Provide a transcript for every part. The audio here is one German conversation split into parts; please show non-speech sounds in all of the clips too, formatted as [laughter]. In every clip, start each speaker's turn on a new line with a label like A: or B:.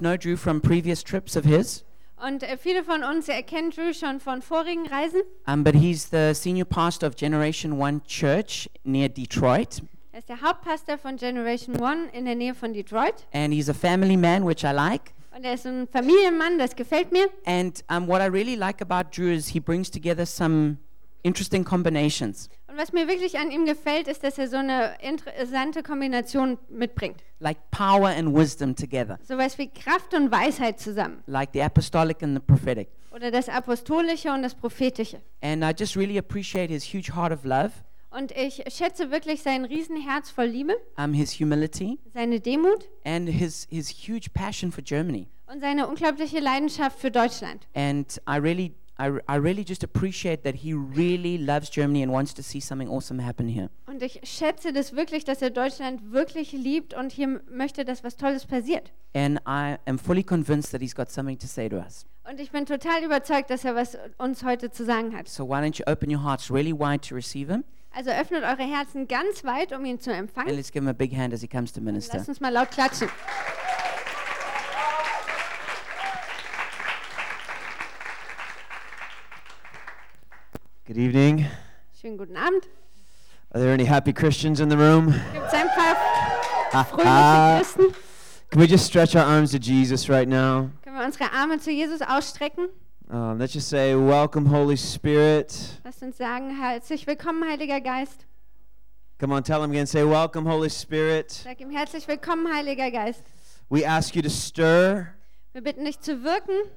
A: know Drew from previous trips of his,
B: Und äh, viele von uns erkennen Drew schon von vorigen Reisen.
A: um, but he's the senior pastor of Generation One Church near Detroit,
B: Er ist der Hauptpastor von Generation One in der Nähe von Detroit.
A: and he's a family man, which I like.
B: Und er ist ein Familienmann, das gefällt mir.
A: And um, what I really like about Drew is he brings together some interesting combinations.
B: Und was mir wirklich an ihm gefällt, ist, dass er so eine interessante Kombination mitbringt.
A: like power and wisdom together,
B: Sowas wie Kraft und Weisheit zusammen.
A: like the apostolic and the prophetic.
B: Oder das Apostolische und das Prophetische.
A: And I just really appreciate his huge heart of love,
B: Und ich schätze wirklich sein Riesenherz voll Liebe,
A: um, his humility,
B: seine Demut
A: and his, his huge passion for Germany.
B: und seine unglaubliche Leidenschaft für Deutschland.
A: And I really, I, r- I really just appreciate that he really loves Germany and wants to see something awesome happen here.
B: Und ich schätze das wirklich, dass er Deutschland wirklich liebt und hier m- möchte, dass was Tolles passiert.
A: And I am fully convinced that he's got something to say to us.
B: Und ich bin total überzeugt, dass er was uns heute zu sagen hat.
A: So why don't you open your hearts really wide to receive him?
B: Also öffnet eure Herzen ganz weit, um ihn zu
A: And
B: empfangen.
A: let's give him a big hand as he comes to minister.
B: Lasst uns mal laut klatschen.
C: Good evening.
B: Schönen guten Abend.
C: Are there any happy Christians in the room?
B: Gibt es ein paar
C: Ah,
B: fröhliche
C: ah.
B: Christen?
C: Can we just stretch our arms to Jesus right now?
B: Können wir unsere Arme zu Jesus ausstrecken?
C: Um, let's just say, Welcome, Holy Spirit.
B: Lasst uns sagen, herzlich willkommen, Heiliger Geist.
C: Come on, tell him again. Say, Welcome, Holy Spirit.
B: Sag ihm herzlich willkommen, Heiliger Geist.
C: We ask you to stir,
B: Wir bitten dich zu wirken.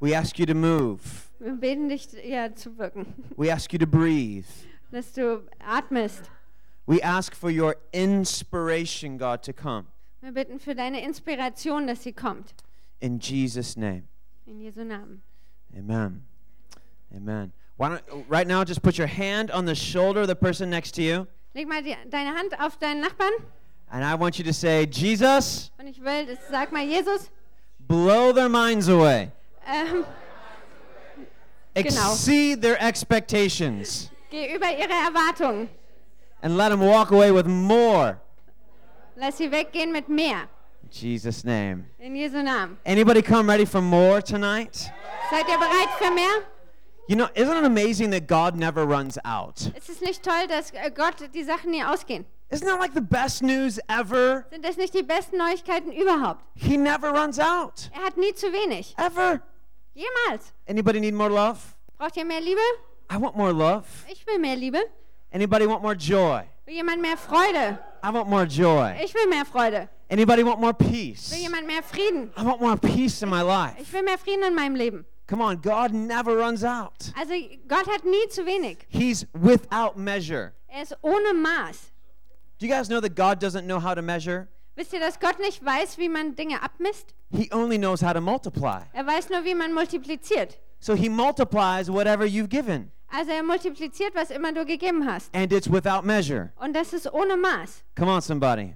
C: we ask you to move,
B: Wir bitten dich ja, zu wirken,
C: we ask you to breathe.
B: [laughs] dass du atmest.
C: We ask for your inspiration, God, to come.
B: Wir bitten für deine Inspiration, dass sie kommt.
C: In Jesus' name.
B: In Jesu Namen.
C: Amen. Amen. Why don't, right now, just put your hand on the shoulder of the person next to you,
B: Leg mal die, deine Hand auf deinen Nachbarn
C: and I want you to say, Jesus.
B: und ich will, das- sag mal, Jesus,
C: blow their minds away,
B: ähm, Genau.
C: exceed their expectations,
B: geh über ihre Erwartungen.
C: and let them walk away with more.
B: Lass sie weggehen mit mehr.
C: In Jesus' name.
B: In Jesu Namen.
C: Anybody come ready for more tonight?
B: Seid ihr bereit für mehr?
C: You know, isn't it amazing that God never runs out?
B: Ist es nicht toll, dass äh, Gott die Sachen nie ausgehen?
C: Isn't that like the best news ever?
B: Sind das nicht die besten Neuigkeiten überhaupt?
C: He never runs out.
B: Er hat nie zu wenig.
C: Ever.
B: Jemals.
C: Anybody need more love?
B: Braucht ihr mehr Liebe?
C: I want more love.
B: Ich will mehr Liebe.
C: Anybody want more joy?
B: Will jemand mehr Freude?
C: I want more joy.
B: Ich will mehr Freude.
C: Anybody want more
B: Will
C: peace?
B: jemand mehr Frieden?
C: I want more peace in my
B: Ich
C: life.
B: will mehr Frieden in meinem Leben.
C: Come on, God never runs out.
B: Also Gott hat nie zu wenig.
C: He's without measure.
B: Er ist ohne Maß.
C: Do you guys know that God doesn't know how to measure?
B: Wisst ihr, dass Gott nicht weiß, wie man Dinge abmisst?
C: He only knows how to multiply.
B: Er weiß nur, wie man multipliziert.
C: So he multiplies whatever you've given,
B: Also er multipliziert, was immer du gegeben hast.
C: and it's without measure.
B: Und das ist ohne Maß.
C: Come on, somebody.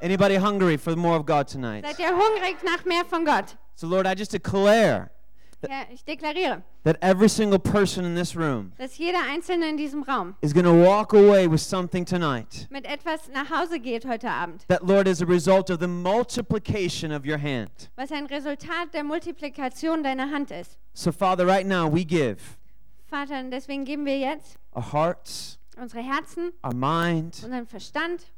C: Anybody hungry for more of God tonight?
B: Seid ihr hungrig nach mehr von Gott?
C: So, Lord, I just declare
B: Ja, ich deklariere,
C: that every single person in this room
B: dass jeder Einzelne in diesem Raum
C: is going to walk away with something tonight.
B: mit etwas nach Hause geht heute Abend,
C: That, Lord, is a result of the multiplication of your hand.
B: was ein Resultat der Multiplikation deiner Hand ist.
C: So, Father, right now we give
B: Vater, und deswegen geben wir jetzt
C: our hearts,
B: unsere Herzen,
C: our mind,
B: unseren Verstand,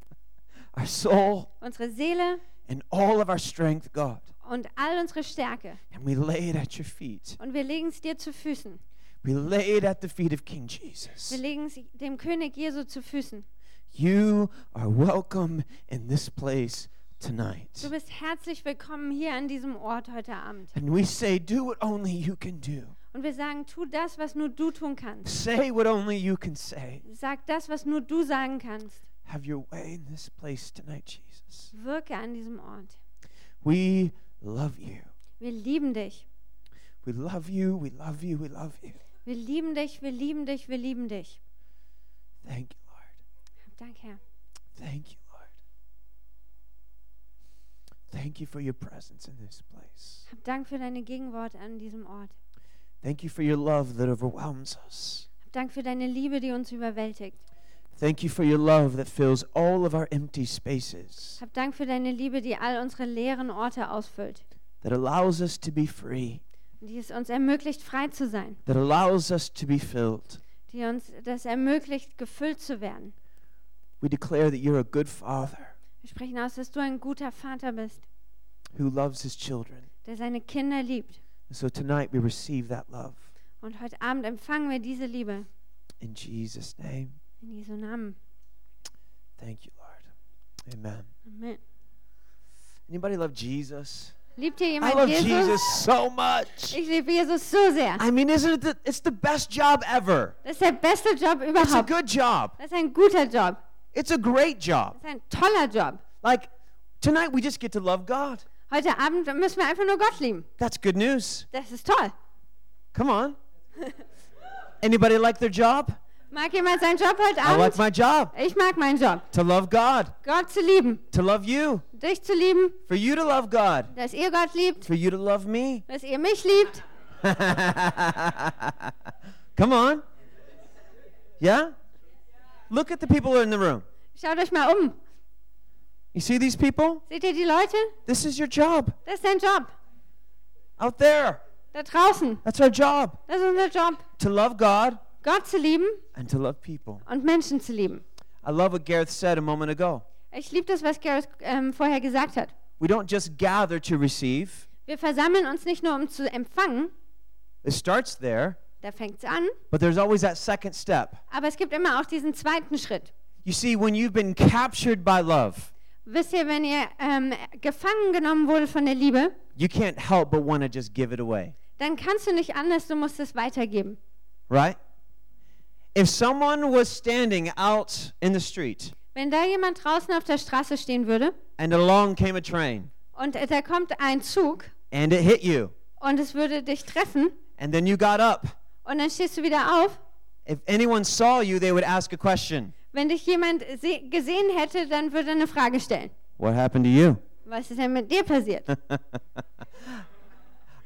C: our soul,
B: unsere Seele
C: and all of our strength, God.
B: und all unsere Stärke
C: And we lay it at your feet.
B: und wir legen es dir zu Füßen.
C: We lay it at the feet of King
B: Wir
C: Jesus.
B: legen es dem König Jesu zu Füßen.
C: You are welcome in this place tonight.
B: Du bist herzlich willkommen hier an diesem Ort heute Abend.
C: And we say, do what only you can do.
B: Und wir sagen, tu das, was nur du tun kannst.
C: Say what only you can say.
B: Sag das, was nur du sagen kannst.
C: Have your way in this place tonight, Jesus.
B: Wirke an diesem Ort.
C: We love you.
B: Wir lieben dich.
C: We love you. We love you. We love you.
B: Wir lieben dich, wir lieben dich, wir lieben dich.
C: Thank you, Lord.
B: Danke, Herr.
C: Thank you, Lord. Thank you for your presence in this place.
B: Hab Dank für deine Gegenwart an diesem Ort.
C: Thank you for your love that overwhelms us.
B: Hab Dank für deine Liebe, die uns überwältigt.
C: Thank you for your love that fills all of our empty spaces.
B: Hab Dank für deine Liebe, die all unsere leeren Orte ausfüllt.
C: that allows us to be free,
B: die es uns ermöglicht, frei zu sein,
C: that allows us to be filled.
B: die uns das ermöglicht, gefüllt zu werden.
C: We declare that you're a good father
B: Wir sprechen aus, dass du ein guter Vater bist,
C: who loves his children.
B: der seine Kinder liebt.
C: And so tonight we receive that love.
B: Und heute Abend empfangen wir diese Liebe.
C: In Jesus' name,
B: In Jesu Namen.
C: thank you, Lord. Amen.
B: Amen.
C: Anybody love Jesus?
B: Liebt ihr
C: I
B: jemand
C: love
B: Jesus?
C: Jesus so much.
B: Ich liebe Jesus so sehr.
C: I mean, isn't it? The, it's the best job ever.
B: Das ist der beste Job
C: It's a
B: überhaupt.
C: good job.
B: Das ist ein guter Job.
C: It's a great job.
B: Das ist ein toller Job.
C: Like tonight, we just get to love God.
B: Heute Abend müssen wir einfach nur Gott lieben.
C: That's good news.
B: Das ist toll.
C: Come on. Anybody like their job?
B: Mag jemand seinen Job heute
C: I like
B: Abend?
C: my job.
B: Ich mag meinen Job.
C: To love God,
B: Gott zu lieben,
C: to love you,
B: dich zu lieben,
C: for you to love God,
B: dass ihr Gott liebt,
C: for you to love me. [laughs]
B: dass ihr mich liebt.
C: Come on. Yeah? Look at the people who are in the room.
B: Schaut euch mal um.
C: You see these people?
B: Seht ihr die Leute?
C: This is your job
B: Das ist dein Job.
C: out there.
B: Da draußen.
C: That's our job
B: Das ist unser Job.
C: to love God
B: Gott zu lieben
C: and to love people.
B: und Menschen zu lieben.
C: I love what Gareth said a moment ago.
B: Ich liebe das, was Gareth ähm, vorher gesagt hat.
C: We don't just gather to receive,
B: Wir versammeln uns nicht nur, um zu empfangen,
C: it starts there,
B: da fängt es an,
C: but there's always that second step.
B: aber es gibt immer auch diesen zweiten Schritt.
C: You see, when you've been captured by love,
B: Wisst ihr, wenn ihr ähm, gefangen genommen wurde von der Liebe,
C: you can't help but want to just give it away,
B: dann kannst du nicht anders, du musst es weitergeben.
C: right? If someone was standing out in the street
B: Wenn da jemand draußen auf der Straße stehen würde
C: and along came a train
B: und äh, da kommt ein Zug
C: and it hit you
B: und es würde dich treffen
C: and then you got up,
B: und dann stehst du wieder auf,
C: if anyone saw you, they would ask a question
B: wenn dich jemand se- gesehen hätte, dann würde er eine Frage stellen.
C: What happened to you?
B: Was ist denn mit dir passiert?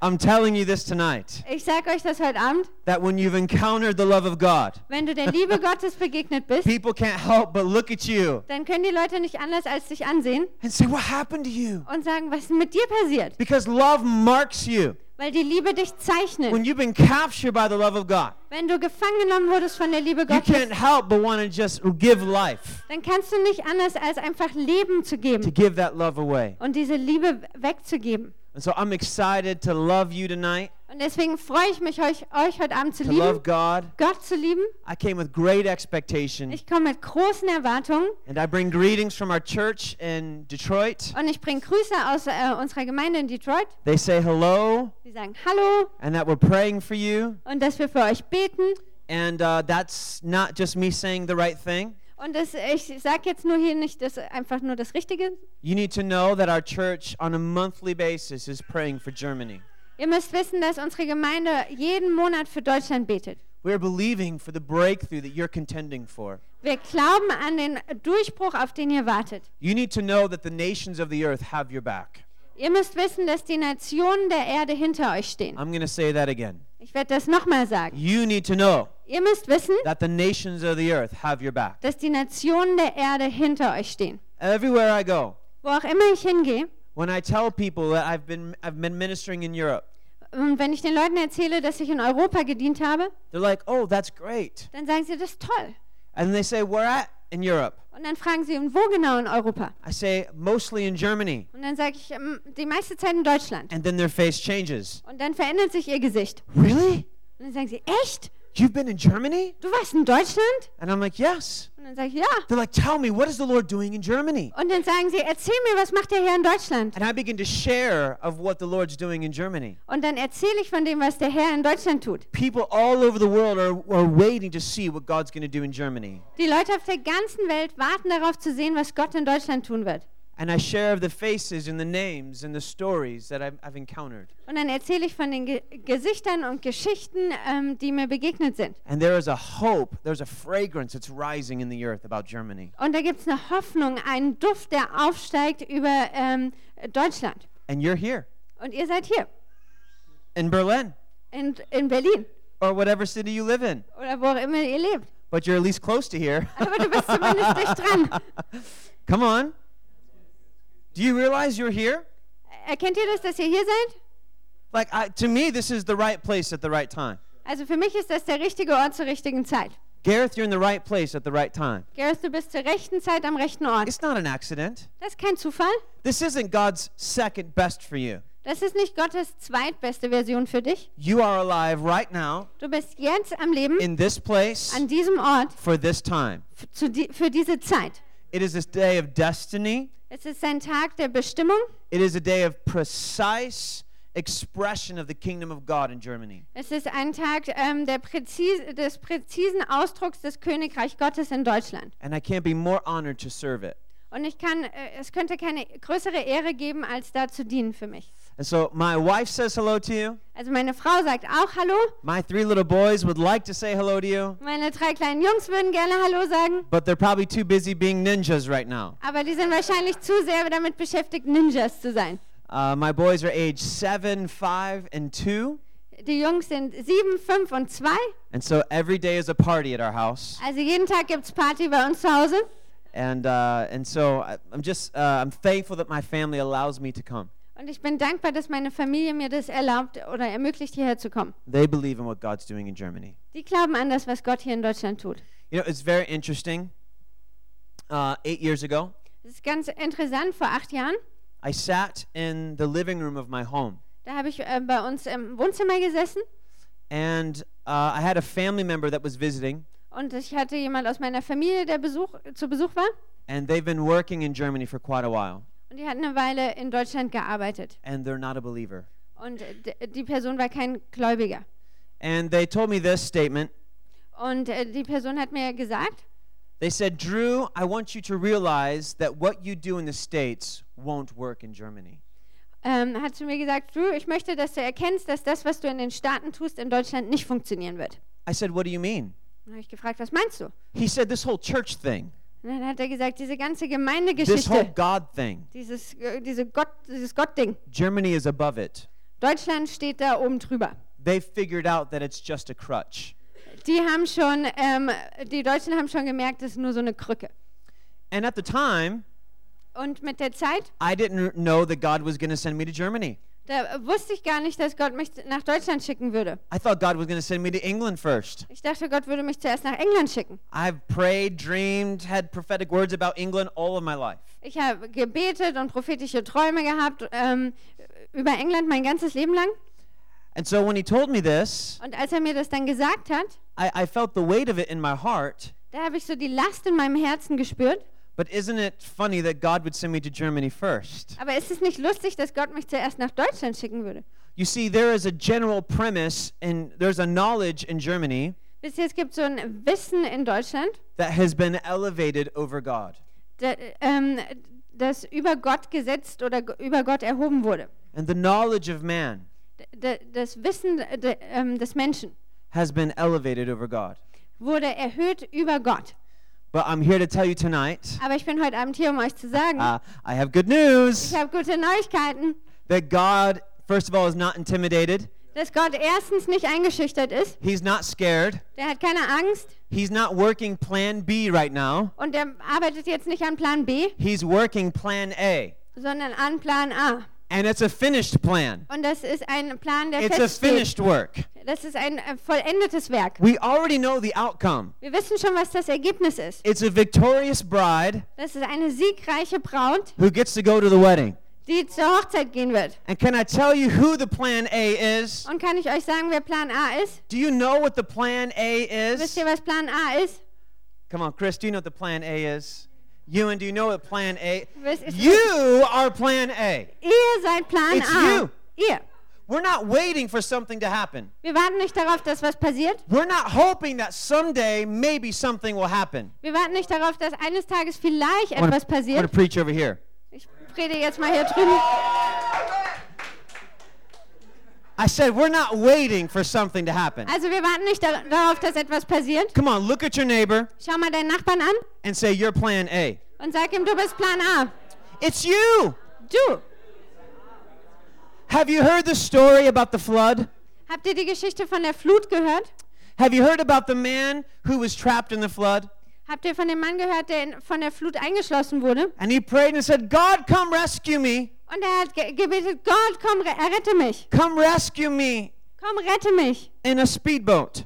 C: I'm telling you this tonight
B: Ich sage euch das heute Abend,
C: that when you've encountered the love of God,
B: wenn du der Liebe Gottes begegnet bist,
C: people can't help but look at you
B: dann können die Leute nicht anders als dich ansehen
C: and say, What happened to you?
B: und sagen, was ist mit dir passiert?
C: Because love marks you.
B: Weil die Liebe dich zeichnet.
C: When you've been captured by the love of God,
B: Wenn du gefangen genommen wurdest von der Liebe
C: you
B: Gottes,
C: can't help but want to just give life,
B: dann kannst du nicht anders, als einfach Leben zu
C: to
B: geben
C: give that love away.
B: und diese Liebe wegzugeben.
C: And so I'm excited to love you tonight,
B: Und deswegen freue ich mich, euch, euch heute Abend zu
C: to love
B: lieben,
C: God.
B: Gott zu lieben.
C: I came with great expectation,
B: Ich komme mit großen Erwartungen
C: and I bring greetings from our church in Detroit.
B: und ich bringe Grüße aus äh, unserer Gemeinde in Detroit.
C: They say hello,
B: Die sagen Hallo
C: and that we're praying for you.
B: und dass wir für euch beten.
C: And uh, that's not just me saying the right thing.
B: Und das, ich sage jetzt nur hier nicht das, einfach nur das Richtige.
C: You need to know that our church on a monthly basis is praying for Germany.
B: Ihr müsst wissen, dass unsere Gemeinde jeden Monat für Deutschland betet.
C: We're believing for the breakthrough that you're contending for.
B: Wir glauben an den Durchbruch, auf den ihr wartet.
C: You need to know that the nations of the earth have your back.
B: Ihr müsst wissen, dass die Nationen der Erde hinter euch stehen.
C: I'm going to say that again.
B: Ich werde das nochmal sagen.
C: You need to know
B: Ihr müsst wissen,
C: that the nations of the earth have your back.
B: dass die Nationen der Erde hinter euch stehen.
C: Everywhere I go,
B: Wo auch immer ich hingehe
C: when I tell people that I've been I've been ministering in Europe,
B: und ähm, wenn ich den Leuten erzähle, dass ich in Europa gedient habe,
C: they're like, "Oh, that's great."
B: dann sagen sie, das ist toll.
C: And they say, "Where at in Europe?"
B: Und dann fragen sie, und wo genau in Europa?
C: I say, "Mostly in Germany."
B: Und dann sage ich, "Ähm, die meiste Zeit in Deutschland.
C: And then their face changes.
B: Und dann verändert sich ihr Gesicht.
C: Really?
B: Und dann sagen sie, echt?
C: You've been in Germany?
B: Du warst in Deutschland?
C: And I'm like, "Yes."
B: Und dann sage ich, ja.
C: They're like, "Tell me, what is the Lord doing in Germany?"
B: Und dann sagen sie, erzähl mir, was macht ihr hier in Deutschland?
C: And I begin to share of what the Lord's doing in Germany.
B: Und dann erzähle ich von dem, was der Herr in Deutschland tut.
C: People all over the world are, are waiting to see what God's going to do in Germany.
B: Die Leute auf der ganzen Welt warten darauf zu sehen, was Gott in Deutschland tun wird.
C: And I share of the faces and the names and the stories that I've, I've encountered.
B: Und dann erzähle ich von den Ge Gesichtern und Geschichten, ähm, die mir begegnet sind.
C: And there is a hope, there's a fragrance that's rising in the earth about Germany.
B: Und da gibt es eine Hoffnung, einen Duft, der aufsteigt über ähm, Deutschland.
C: And you're here
B: Und ihr seid hier,
C: in Berlin
B: in, in Berlin
C: or whatever city you live in,
B: oder wo auch immer ihr lebt.
C: but you're at least close to here.
B: Aber du bist
C: [laughs]
B: zumindest dicht dran.
C: Come on. Do you realize you're here?
B: Erkennt ihr das, dass ihr hier seid?
C: Like, I, to me, this is the right place at the right time.
B: Also für mich ist das der richtige Ort zur richtigen Zeit.
C: Gareth, you're in the right place at the right time.
B: Gareth, du bist zur rechten Zeit am rechten Ort.
C: It's not an accident.
B: Das ist kein Zufall.
C: This isn't God's second best for you.
B: Das ist nicht Gottes zweitbeste Version für dich.
C: You are alive right now
B: Du bist jetzt am Leben,
C: in this place
B: an diesem Ort,
C: for this time.
B: f- zu di für diese Zeit.
C: It is this day of destiny.
B: Es ist ein Tag der Bestimmung.
C: It is a day of precise expression of the kingdom of God in Germany.
B: Es ist ein Tag ähm, der präzis des präzisen Ausdrucks des Königreich Gottes in Deutschland.
C: And I can't be more honored to serve it.
B: Und ich kann, äh, es könnte keine größere Ehre geben, als da zu dienen für mich.
C: And so my wife says hello to you.
B: Also meine Frau sagt auch Hallo.
C: My three little boys would like to say hello to you,
B: Meine drei kleinen Jungs würden gerne Hallo sagen.
C: but they're probably too busy being ninjas right now.
B: Aber die sind wahrscheinlich zu sehr damit beschäftigt, Ninjas zu sein.
C: Uh, my boys are age seven, five, and two.
B: Die Jungs sind sieben, fünf und zwei.
C: And so every day is a party at our house.
B: Also jeden Tag gibt's Party bei uns zu Hause.
C: And, uh, and so I, I'm just, uh, I'm thankful that my family allows me to come.
B: Und ich bin dankbar, dass meine Familie mir das erlaubt oder ermöglicht, hierher zu kommen.
C: They believe in what God's doing in Germany.
B: Die glauben an das, was Gott hier in Deutschland tut.
C: You know, it's very interesting. Uh, eight years ago,
B: Das ist ganz interessant. Vor acht Jahren,
C: I sat in the living room of my home.
B: da habe ich äh, bei uns im Wohnzimmer gesessen
C: And uh, I had a family member that was visiting,
B: und ich hatte jemand aus meiner Familie, der Besuch, zu Besuch war.
C: and they've been working in Germany for quite a while.
B: Und die hat eine Weile in Deutschland gearbeitet.
C: and they're not a believer.
B: Und äh, d- die Person war kein Gläubiger.
C: And they told me this statement.
B: Und äh, die Person hat mir gesagt,
C: They said, Drew, I want you to realize that what you do in the States won't work in Germany.
B: ähm, hat zu mir gesagt, Drew, ich möchte, dass du erkennst, dass das, was du in den Staaten tust, in Deutschland nicht funktionieren wird.
C: I said, What do you mean?
B: Dann habe ich gefragt, was meinst du?
C: He said, This whole church thing,
B: Und dann hat er gesagt, diese ganze
C: this whole
B: Gemeindegeschichte,
C: God thing,
B: dieses, äh, diese Gott, dieses Gottding,
C: Germany is above it.
B: Deutschland steht da oben drüber.
C: They've figured out that it's just a crutch.
B: Die haben schon, ähm, die Deutschen haben schon gemerkt, das ist nur so eine Krücke.
C: And at the time,
B: Und mit der Zeit,
C: I didn't r- know that God was going to send me to Germany.
B: da wusste ich gar nicht, dass Gott mich nach Deutschland schicken würde.
C: I thought God was going to send me to England first.
B: Ich dachte, Gott würde mich zuerst nach England schicken.
C: I've prayed, dreamed, had prophetic words about England all of my life.
B: Ich habe gebetet und prophetische Träume gehabt ähm, über England mein ganzes Leben lang.
C: And so when he told me this,
B: Und als er mir das dann gesagt hat,
C: I, I felt the weight of it in my heart.
B: da habe ich so die Last in meinem Herzen gespürt.
C: But isn't it funny that God would send me to Germany first?
B: Aber ist es nicht lustig, dass Gott mich zuerst nach Deutschland schicken würde?
C: You see, there is a general premise and there's a knowledge in Germany
B: Wisst ihr, es gibt so ein Wissen in Deutschland,
C: that has been elevated over God.
B: da, ähm, das über Gott gesetzt oder g- über Gott erhoben wurde.
C: And the knowledge of man
B: D d- das Wissen äh, d- ähm, des Menschen
C: has been elevated over God.
B: wurde erhöht über Gott.
C: But I'm here to tell you tonight
B: Aber ich bin heute Abend hier, um euch zu sagen,
C: uh, I have good news
B: ich habe gute Neuigkeiten,
C: that God, first of all, is not intimidated,
B: dass Gott erstens nicht eingeschüchtert ist,
C: He's not scared,
B: der hat keine Angst
C: He's not working plan B right now,
B: und er arbeitet jetzt nicht an Plan B,
C: He's working plan A.
B: sondern an Plan A.
C: And it's a finished plan,
B: Und das ist ein Plan, der
C: it's a
B: feststeht.
C: finished work.
B: Das ist ein äh, vollendetes Werk.
C: We already know the outcome.
B: Wir wissen schon, was das Ergebnis ist.
C: It's a victorious bride
B: Das ist eine siegreiche Braut,
C: who gets to go to the wedding.
B: die zur Hochzeit gehen wird.
C: And can I tell you who the plan A is?
B: Und kann ich euch sagen, wer Plan A ist?
C: Do you know what the plan A
B: Wisst
C: is?
B: ihr, was Plan A ist?
C: Come on, Chris, do you know what the plan A is? Ewan, do you know what plan A?
B: This is-
C: You are plan A.
B: Ihr seid Plan
C: It's
B: A.
C: you.
B: Ihr.
C: We're not waiting for something to happen.
B: Wir warten nicht darauf, dass was passiert.
C: We're not hoping that someday maybe something will happen.
B: Wir warten nicht darauf, dass eines Tages vielleicht
C: I'm
B: etwas
C: gonna, I'm gonna
B: passiert.
C: preach over here.
B: Ich rede jetzt mal hier drüben.
C: I said we're not waiting for something to happen.
B: Also wir warten nicht dar darauf, dass etwas passiert.
C: Come on, look at your neighbor
B: Schau mal deinen Nachbarn an
C: and say you're plan A.
B: und sag ihm, du bist Plan A.
C: It's you.
B: Du.
C: Have you heard the story about the flood?
B: Habt ihr die Geschichte von der Flut gehört?
C: Have you heard about the man who was trapped in the flood?
B: Habt ihr von dem Mann gehört, der in, von der Flut eingeschlossen wurde?
C: And he prayed and said, God, come rescue me.
B: Und er hat ge gebetet, Gott, komm, re- errette mich.
C: Come rescue me
B: Komm, rette mich.
C: in a speedboat.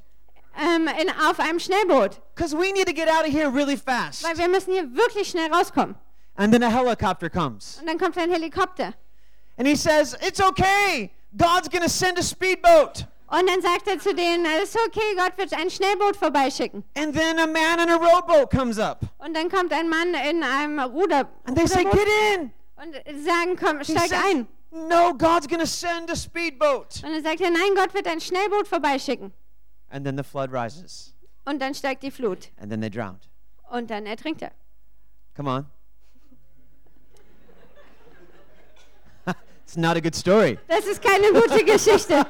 B: Ähm, in, auf einem Schnellboot.
C: Because we need to get out of here really fast.
B: Weil wir müssen hier wirklich schnell rauskommen.
C: And then a helicopter comes.
B: Und dann kommt ein Helikopter.
C: And he says, It's okay. God's going to send a speedboat.
B: Und dann sagt er zu denen, es ist okay, Gott wird ein Schnellboot vorbeischicken.
C: And then a man in a rowboat comes up.
B: Und dann kommt ein Mann in einem Ruder
C: And they say,
B: Ruderboot
C: Get in.
B: und sagen, komm,
C: He
B: steig
C: says,
B: ein.
C: No, God's going to send a speedboat.
B: Und dann sagt er, nein, Gott wird ein Schnellboot vorbeischicken.
C: And then the flood rises.
B: Und dann steigt die Flut.
C: And then they drowned.
B: Und dann ertrinkt er.
C: Come on. [laughs] it's not a good story.
B: Das ist keine
C: [laughs]
B: gute Geschichte.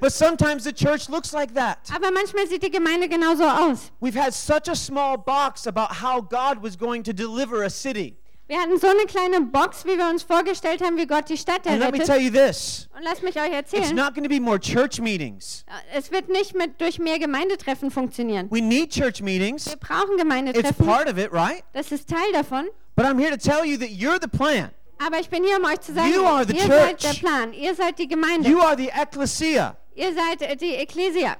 C: But sometimes the church looks like that.
B: Aber manchmal sieht die Gemeinde genauso aus.
C: We've had such a small box about how God was going to deliver a city.
B: Wir hatten so eine kleine Box, wie wir uns vorgestellt haben, wie Gott die Stadt
C: And let me tell
B: errettet.
C: you this
B: Und lasst mich euch
C: it's
B: erzählen,
C: not going to be more church meetings.
B: es wird nicht mit durch mehr Gemeindetreffen funktionieren.
C: We need church meetings,
B: Wir brauchen
C: it's
B: Gemeindetreffen.
C: part of it, right?
B: Das ist Teil davon.
C: But I'm here to tell you that you're the plan,
B: Aber ich bin hier, um euch zu sagen,
C: You are
B: ihr
C: the
B: seid der
C: church.
B: Plan, ihr seid die Gemeinde,
C: you are the ecclesia.
B: ihr seid äh, die Ekklesia.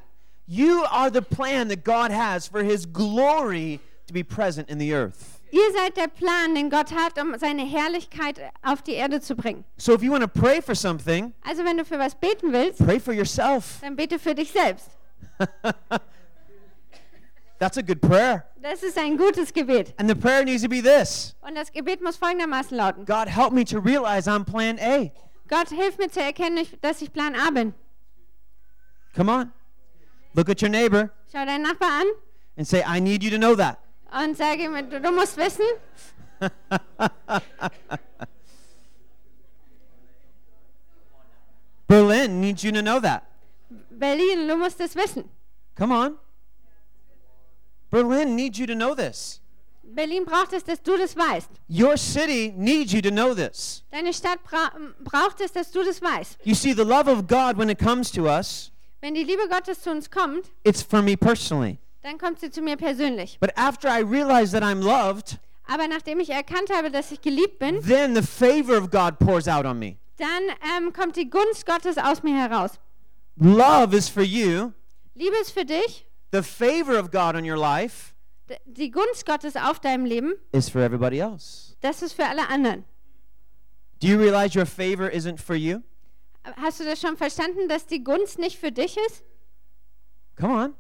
C: You are the plan that God has for His glory to be present in the earth.
B: Ihr seid der Plan, den Gott hat, um seine Herrlichkeit äh, auf die Erde zu bringen.
C: So if you want to pray for something,
B: Also wenn du für was beten willst,
C: pray for yourself. [laughs]
B: dann bete für dich selbst.
C: That's a good prayer.
B: Das ist ein gutes Gebet.
C: And the prayer needs to be this
B: Und das Gebet muss folgendermaßen lauten.
C: God, help me to realize I'm plan A.
B: Gott, hilf mir zu erkennen, ich- dass ich Plan A bin.
C: Come on. Look at your neighbor
B: Schau deinen Nachbar
C: and say, I need you to know that. [laughs]
B: an und sage ihm, du, du musst wissen,
C: Berlin needs you to know that.
B: Berlin, du musst es wissen.
C: Come on. Berlin needs you to know this.
B: Berlin braucht es, dass du das weißt.
C: Your city needs you to know this.
B: Deine Stadt bra m- braucht es, dass du das weißt.
C: You see, the love of God, when it comes to us,
B: Wenn die Liebe Gottes zu uns kommt,
C: it's for me personally.
B: dann kommt sie zu mir persönlich.
C: But after I realize that I'm loved,
B: Aber nachdem ich erkannt habe, dass ich geliebt bin,
C: then the favor of God pours out on me.
B: dann ähm, kommt die Gunst Gottes aus mir heraus.
C: Love is for you,
B: Liebe ist für dich,
C: the favor of God on your life
B: d- die Gunst Gottes auf deinem Leben,
C: is for everybody else.
B: das ist für alle anderen.
C: Do you realize your favor isn't for you?
B: Hast du das schon verstanden, dass die Gunst nicht für dich ist?
C: Come on.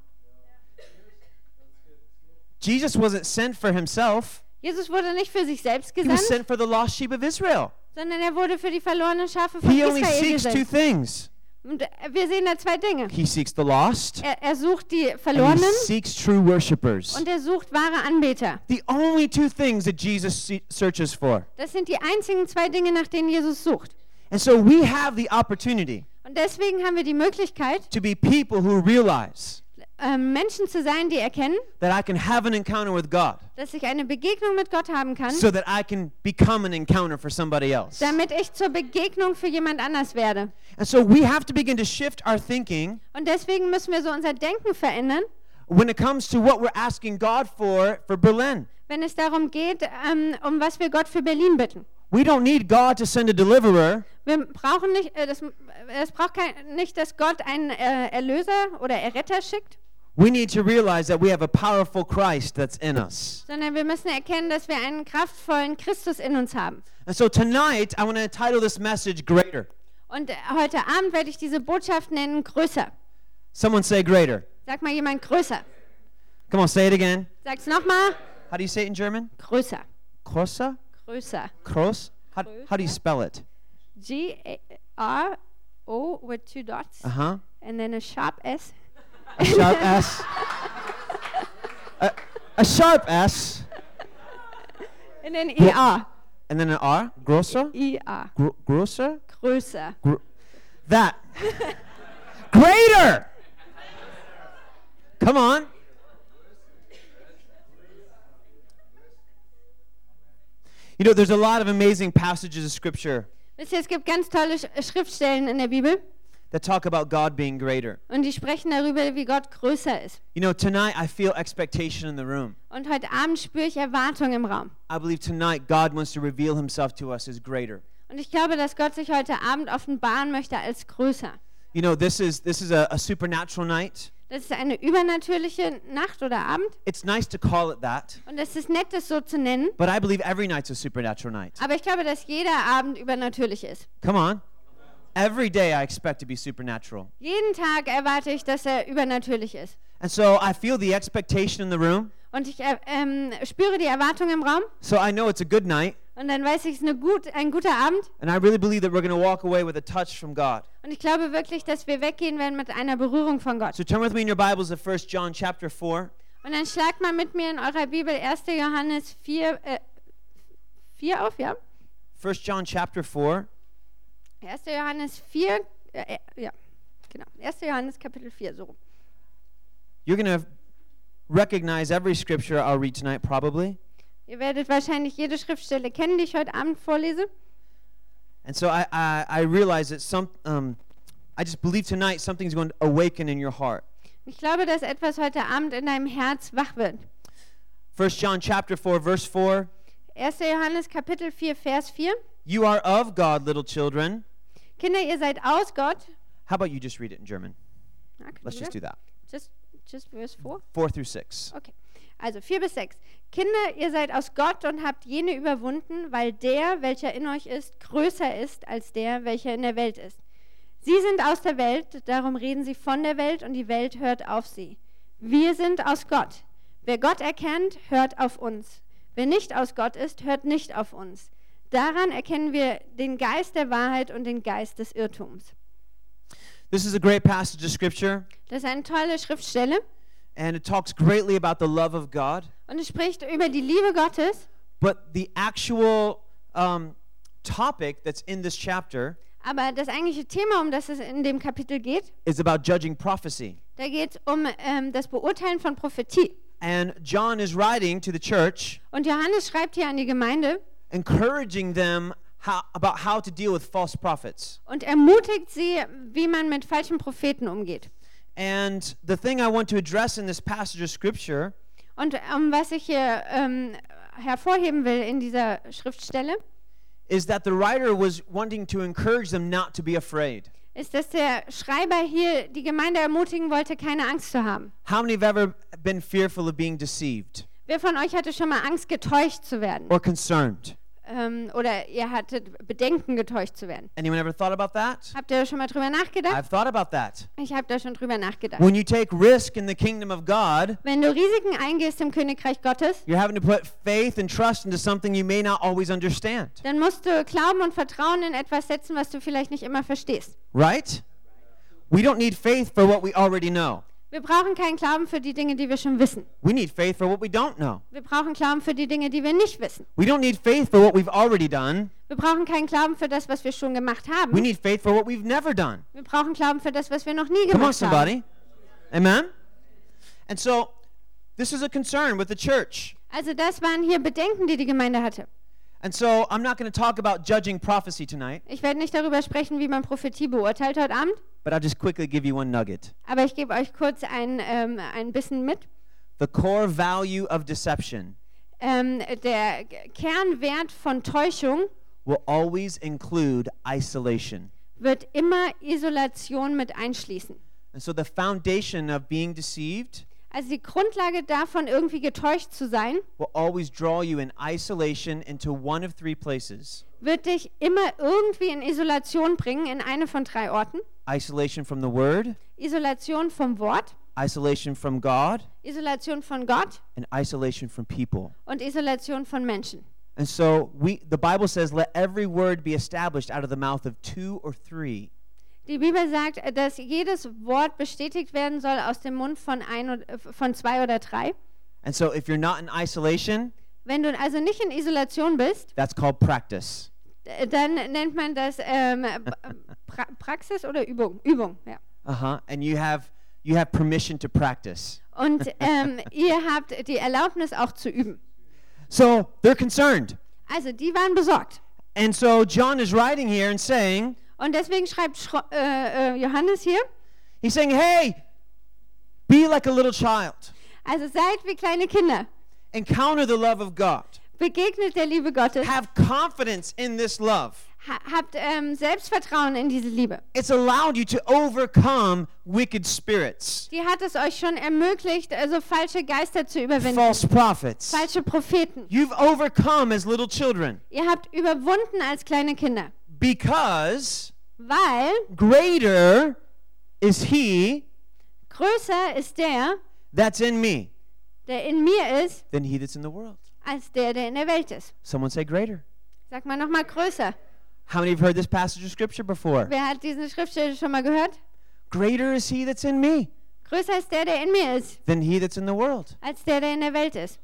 C: Jesus wasn't sent for himself,
B: Jesus wurde nicht für sich selbst
C: he was
B: gesandt,
C: sent for the lost sheep of Israel.
B: sondern er wurde für die verlorenen Schafe von
C: He only
B: Israel
C: seeks two
B: gesandt.
C: things
B: Und äh, wir sehen da zwei Dinge.
C: He seeks the lost,
B: Er, er sucht die
C: and he
B: Verlorenen
C: seeks true worshipers.
B: und er sucht wahre Anbeter.
C: The only two things that Jesus se- searches for.
B: Das sind die einzigen zwei Dinge, nach denen Jesus sucht.
C: And so we have the opportunity
B: Und deswegen haben wir die Möglichkeit,
C: to be people who realize
B: ähm, Menschen zu sein, die erkennen,
C: that I can have an encounter with God
B: dass ich eine Begegnung mit Gott haben kann,
C: so that I can become an encounter for somebody else.
B: damit ich zur Begegnung für jemand anders werde.
C: And so we have to begin to shift our thinking
B: Und deswegen müssen wir so unser Denken verändern,
C: when it comes to what we're asking God for for Berlin.
B: wenn es darum geht, ähm, um was wir Gott für Berlin bitten.
C: We don't need God to send a deliverer.
B: Wir brauchen nicht, äh, das, es braucht kein, nicht, dass Gott einen äh, Erlöser oder Erretter schickt,
C: We need to realize that we have a powerful Christ that's in us.
B: sondern wir müssen erkennen, dass wir einen kraftvollen Christus in uns haben.
C: And so tonight, I want to title this message Greater.
B: Und äh, heute Abend werde ich diese Botschaft nennen, größer.
C: Someone say greater.
B: Sag mal jemand größer.
C: Come on, say it again.
B: Sag's nochmal.
C: How do you say it in German?
B: Größer.
C: Größer?
B: Größer.
C: Groß? How, how do you spell it?
B: G-R-O with two dots
C: Uh huh.
B: and then a sharp S.
C: A sharp S. A, a sharp S.
B: And then E-R.
C: And then an R. Grosser?
B: E-R.
C: Gro- grosser?
B: Größer.
C: Gro- that. Greater! Come on. You know, there's a lot of amazing passages of Scripture
B: Wisst ihr, es gibt ganz tolle Sch Schriftstellen in der Bibel
C: that talk about God being greater.
B: und die sprechen darüber, wie Gott größer ist.
C: You know, tonight I feel expectation in the room.
B: Und heute Abend spüre ich Erwartung im Raum.
C: I believe tonight God wants to reveal himself to us as greater.
B: Und ich glaube, dass Gott sich heute Abend offenbaren möchte als größer.
C: You know, this is this is a, a supernatural night.
B: Das ist eine übernatürliche Nacht oder Abend.
C: It's nice to call it that,
B: Und es ist nett, das so zu nennen.
C: but I believe every night's a supernatural night.
B: Aber ich glaube, dass jeder Abend übernatürlich ist.
C: Come on. Every day I expect to be supernatural.
B: Jeden Tag erwarte ich, dass er übernatürlich ist.
C: And so I feel the expectation in the room.
B: Und ich äh, ähm, spüre die Erwartung im Raum.
C: So I know it's a good night.
B: Und dann weiß ich, es ist eine gut, ein guter Abend.
C: And I really believe that we're going to walk away with a touch from God.
B: Und ich glaube wirklich, dass wir weggehen werden mit einer Berührung von Gott.
C: So turn with me in your Bibles to 1 John chapter 4.
B: Und dann schlagt mal mit mir in eurer Bibel 1. Johannes 4, äh, 4 auf, ja?
C: 1 John chapter 4.
B: 1. Johannes 4, äh, äh, ja, genau. 1. Johannes Kapitel 4, so rum.
C: You're going to recognize every scripture I'll read tonight, probably.
B: Ihr werdet wahrscheinlich jede Schriftstelle kennen, die ich heute Abend vorlese.
C: And so I, I, I realize that some, um, I just believe tonight something's going to awaken in your heart.
B: Ich glaube, dass etwas heute Abend in deinem Herz wach wird.
C: 1 John chapter 4, verse 4.
B: 1. Johannes Kapitel 4, Vers 4.
C: You are of God, little children.
B: Kinder, ihr seid aus Gott.
C: How about you just read it in German?
B: Na, kann
C: Let's
B: ich
C: just do
B: wieder?
C: that.
B: Just, just verse 4.
C: 4 through 6.
B: Okay, also 4 bis 6. Kinder, ihr seid aus Gott und habt jene überwunden, weil der, welcher in euch ist, größer ist als der, welcher in der Welt ist. Sie sind aus der Welt, darum reden sie von der Welt und die Welt hört auf sie. Wir sind aus Gott. Wer Gott erkennt, hört auf uns. Wer nicht aus Gott ist, hört nicht auf uns. Daran erkennen wir den Geist der Wahrheit und den Geist des Irrtums.
C: This is a great passage of scripture,
B: Das ist eine tolle Schriftstelle
C: and it talks greatly about the love of God.
B: und es spricht über die Liebe Gottes.
C: But the actual um, topic that's in this chapter
B: Aber das eigentliche Thema, um das es in dem Kapitel geht,
C: is about judging prophecy.
B: da geht es um ähm, das Beurteilen von Prophetie.
C: And John is writing to the church,
B: Und Johannes schreibt hier an die Gemeinde
C: encouraging them how, about how to deal with false prophets.
B: und ermutigt sie, wie man mit falschen Propheten umgeht.
C: And the thing I want to address in this passage of scripture
B: Und ähm, was ich hier ähm, hervorheben will in dieser Schriftstelle,
C: is that the writer was wanting to encourage them not to be afraid.
B: ist, dass der Schreiber hier die Gemeinde ermutigen wollte, keine Angst zu haben.
C: How many have ever been fearful of being deceived
B: Wer von euch hatte schon mal Angst, getäuscht zu werden?
C: or concerned?
B: Ähm, oder ihr hattet Bedenken, getäuscht zu werden?
C: Anyone ever thought about that?
B: Habt ihr schon mal drüber nachgedacht?
C: I've thought about that.
B: Ich habe da schon drüber nachgedacht.
C: When you take risk in the kingdom of God,
B: Wenn du Risiken eingehst im Königreich Gottes,
C: you're having to put faith and trust into something you may not always understand,
B: dann musst du Glauben und Vertrauen in etwas setzen, was du vielleicht nicht immer verstehst.
C: right? We don't need faith for what we already know.
B: Wir brauchen keinen Glauben für die Dinge, die wir schon wissen.
C: We need faith for what we don't know.
B: Wir brauchen Glauben für die Dinge, die wir nicht wissen.
C: We don't need faith for what we've already done.
B: Wir brauchen keinen Glauben für das, was wir schon gemacht
C: We
B: haben.
C: need faith for what we've never done.
B: Wir brauchen Glauben für das, was wir noch nie
C: Come on,
B: gemacht haben.
C: somebody. Amen? And so, this is a concern with the church.
B: Also das waren hier Bedenken, die die Gemeinde hatte.
C: And so, I'm not going to talk about judging prophecy tonight,
B: Ich werde nicht darüber sprechen, wie man Prophetie beurteilt heute Abend,
C: but I'll just quickly give you one nugget.
B: aber ich gebe euch kurz ein, ähm, ein bisschen mit.
C: The core value of deception
B: Ähm, der Kernwert von Täuschung
C: will always include isolation.
B: wird immer Isolation mit einschließen.
C: And so the foundation of being deceived
B: Also die Grundlage davon, irgendwie getäuscht zu sein,
C: will always draw you in isolation into one of three places
B: wird dich immer irgendwie in Isolation bringen, in eine von drei Orten.
C: isolation from the Word,
B: Isolation vom Wort,
C: isolation from God,
B: Isolation von Gott
C: and isolation from people.
B: und Isolation von Menschen.
C: And so we, the Bible says, let every word be established out of the mouth of two or three.
B: Die Bibel sagt, äh, dass jedes Wort bestätigt werden soll aus dem Mund von, ein und, äh, von zwei oder drei.
C: And so if you're not in isolation,
B: Wenn du also nicht in Isolation bist,
C: that's called practice.
B: äh, dann nennt man das ähm, äh, pra Praxis oder Übung. Übung, ja.
C: Uh huh. And you have you have permission to practice.
B: Und ähm, ihr habt die Erlaubnis auch zu üben.
C: So they're concerned.
B: Also die waren besorgt.
C: And so John is writing here and saying,
B: Und deswegen schreibt Schro äh, äh, Johannes hier,
C: He's saying, hey, be like a little child.
B: also seid wie kleine Kinder,
C: Encounter the love of God.
B: begegnet der Liebe Gottes,
C: Have confidence in this love.
B: ha habt ähm, Selbstvertrauen in diese Liebe.
C: It's allowed you to overcome wicked spirits,
B: Die hat es euch schon ermöglicht, also falsche Geister zu überwinden,
C: false prophets.
B: falsche Propheten.
C: You've overcome as little children
B: Ihr habt überwunden als kleine Kinder,
C: because
B: weil
C: greater is he
B: größer ist der,
C: that's in me
B: der in mir ist,
C: than he that's in the world.
B: als der, der in der Welt ist.
C: Someone say greater.
B: Sag mal nochmal größer.
C: How many have heard this passage of scripture before?
B: Wer hat diesen Schriftstelle schon mal gehört?
C: Greater is he that's in me
B: Größer ist der, der in mir ist,
C: than he that's in the world.
B: als der, der in der Welt ist.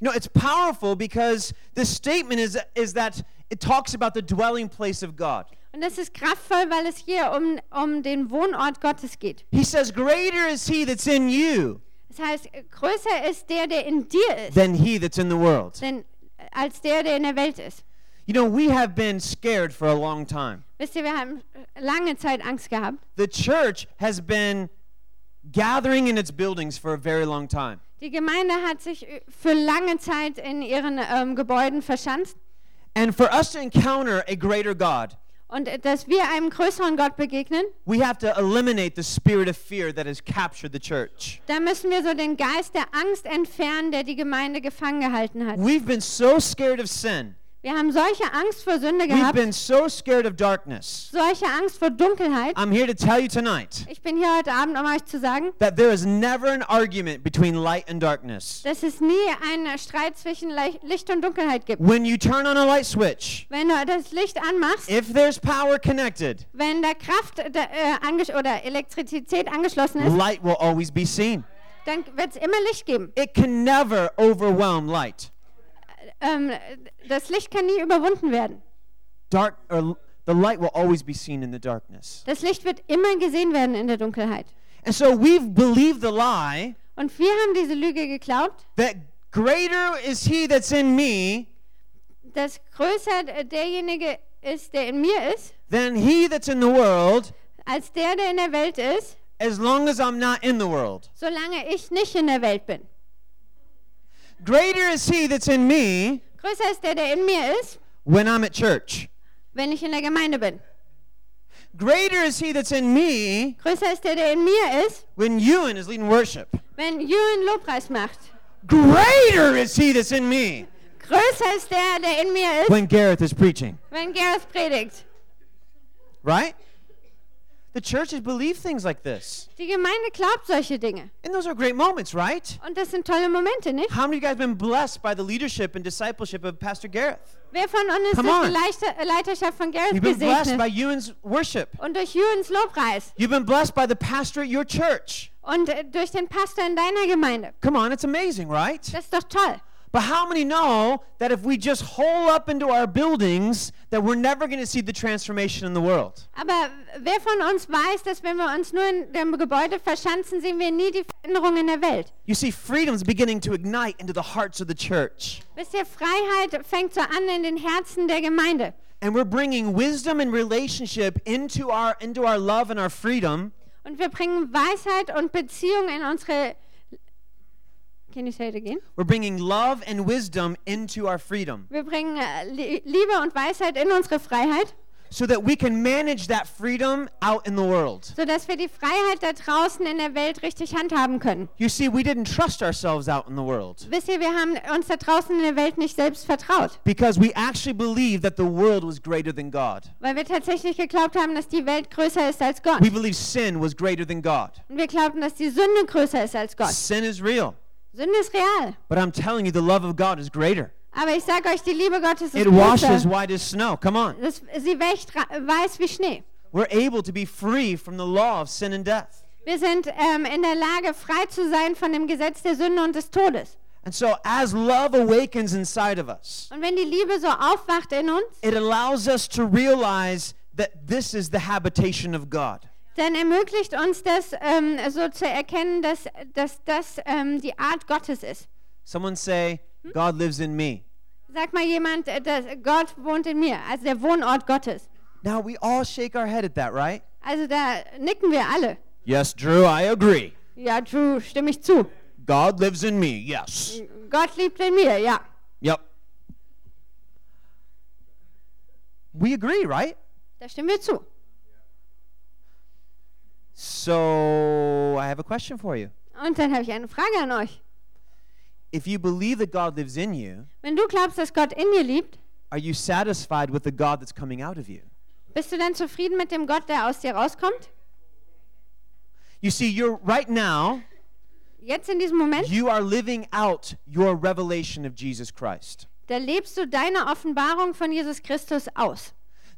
C: You know, it's powerful because this statement is, is that it talks about the dwelling place of God.
B: Und das ist kraftvoll, weil es hier um, um den Wohnort Gottes geht.
C: He says, Greater is he that's in you
B: Das heißt, größer ist der, der in dir ist,
C: than he that's in the world.
B: denn, äh, als der, der in der Welt ist.
C: You know, we have been scared for a long time.
B: Wisst ihr, wir haben äh, lange Zeit Angst gehabt.
C: The church has been gathering in its buildings for a very long time.
B: Die Gemeinde hat sich äh, für lange Zeit in ihren ähm, Gebäuden verschanzt.
C: And for us to encounter a greater God,
B: Und äh, dass wir einem größeren Gott begegnen,
C: we have to eliminate the spirit of fear that has captured the church.
B: da müssen wir so den Geist der Angst entfernen, der die Gemeinde gefangen gehalten hat.
C: We've been so scared of sin.
B: Wir haben solche Angst vor Sünde
C: We've
B: gehabt,
C: been so scared of darkness.
B: solche Angst vor Dunkelheit.
C: I'm here to tell you tonight
B: Ich bin hier heute Abend, um euch zu sagen,
C: that there is never an argument between light and darkness.
B: dass es nie einen Streit zwischen Lei- Licht und Dunkelheit gibt.
C: When you turn on a light switch,
B: Wenn du das Licht anmachst,
C: if there's power connected,
B: wenn da Kraft äh, da, äh, anges- oder Elektrizität angeschlossen ist,
C: light will always be seen.
B: dann wird es immer Licht geben.
C: It can never overwhelm light.
B: Ähm, das Licht kann nie überwunden werden.
C: Dark or l- the light will always be seen in the darkness.
B: Das Licht wird immer gesehen werden in der Dunkelheit.
C: And so we've believed the lie
B: Und wir haben diese Lüge geglaubt,
C: that greater is he that's in me
B: dass größer äh, derjenige ist, der in mir ist,
C: than he that's in the world
B: als der, der in der Welt ist,
C: as long as I'm not in the world.
B: solange ich nicht in der Welt bin.
C: Greater is he that's in me
B: Größer ist der, der in mir ist,
C: when I'm at church.
B: wenn ich in der Gemeinde bin.
C: Greater is he that's in me
B: Größer ist der, der in mir ist,
C: when Ewan is leading worship.
B: wenn Jürgen Lobpreis macht.
C: Greater is he that's in me
B: Größer ist der, der in mir ist,
C: when Gareth is preaching.
B: wenn Gareth predigt.
C: Right? The church has believed things like this.
B: Die Gemeinde glaubt solche Dinge.
C: And those are great moments, right?
B: Und das sind tolle Momente, nicht?
C: How many of you guys been blessed by the leadership and discipleship of Pastor Gareth?
B: Wer von uns ist
C: Come
B: durch
C: on.
B: die Leiter- Leiterschaft von Gareth
C: You've been blessed by
B: gesegnet?
C: Ewan's worship.
B: Und durch Jürgens Lobpreis
C: You've been blessed by the pastor at your church.
B: und äh, durch den Pastor in deiner Gemeinde.
C: Come on, it's amazing, right?
B: Das ist doch toll.
C: But how many know that if we just hole up into our buildings, that we're never going to see the transformation in the world?
B: Aber wer von uns weiß, dass wenn wir uns nur in dem Gebäude verschanzen, sehen wir nie die Veränderung in der Welt?
C: You see, freedom's beginning to ignite into the hearts of the church.
B: Wisst ihr, Freiheit fängt so an in den Herzen der Gemeinde.
C: And we're bringing wisdom and relationship into our, into our love and our freedom.
B: Und wir bringen Weisheit und Beziehung in unsere. Can you say it again?
C: We're bringing love and wisdom into our freedom
B: Wir bringen äh, Lie- Liebe und Weisheit in unsere Freiheit,
C: so that we can manage that freedom out in the world.
B: sodass wir die Freiheit da draußen in der Welt richtig handhaben können.
C: You see, we didn't trust ourselves out in the world
B: Wisst ihr, wir haben uns da draußen in der Welt nicht selbst vertraut,
C: because we actually believed that the world was greater than God.
B: weil wir tatsächlich geglaubt haben, dass die Welt größer ist als Gott.
C: We believed sin was greater than God.
B: Und wir glaubten, dass die Sünde größer ist als Gott.
C: Sin is real.
B: Sünde ist real.
C: But I'm telling you, the love of God is greater.
B: Aber ich sage euch, die Liebe Gottes ist
C: It washes
B: größer.
C: white as snow. Come on.
B: Das, sie wächt ra- weiß wie Schnee.
C: We're able to be free from the law of sin and death.
B: Wir sind ähm, in der Lage, frei zu sein von dem Gesetz der Sünde und des Todes.
C: And so, as love awakens inside of us,
B: Und wenn die Liebe so aufwacht in uns,
C: it allows us to realize that this is the habitation of God.
B: dann ermöglicht uns das ähm, so zu erkennen, dass, dass das ähm, die Art Gottes ist.
C: Someone say, God lives in me.
B: Sag mal jemand, äh, dass Gott wohnt in mir, also der Wohnort Gottes.
C: Now, we all shake our head at that, right?
B: Also da nicken wir alle.
C: Yes, Drew, I agree.
B: Ja, Drew, stimme ich zu.
C: God lives in me. Yes.
B: Gott liebt in mir, ja.
C: Yep. We agree, right?
B: Da stimmen wir zu.
C: So I have a question for you.
B: Und dann habe ich eine Frage an euch.
C: If you believe that God lives in you,
B: Wenn du glaubst, dass Gott in dir liebt,
C: are you satisfied with the God that's coming out of you?
B: bist du dann zufrieden mit dem Gott, der aus dir rauskommt?
C: You see, you're right now,
B: Jetzt in diesem Moment,
C: you are living out your revelation of Jesus Christ.
B: da lebst du deine Offenbarung von Jesus Christus aus.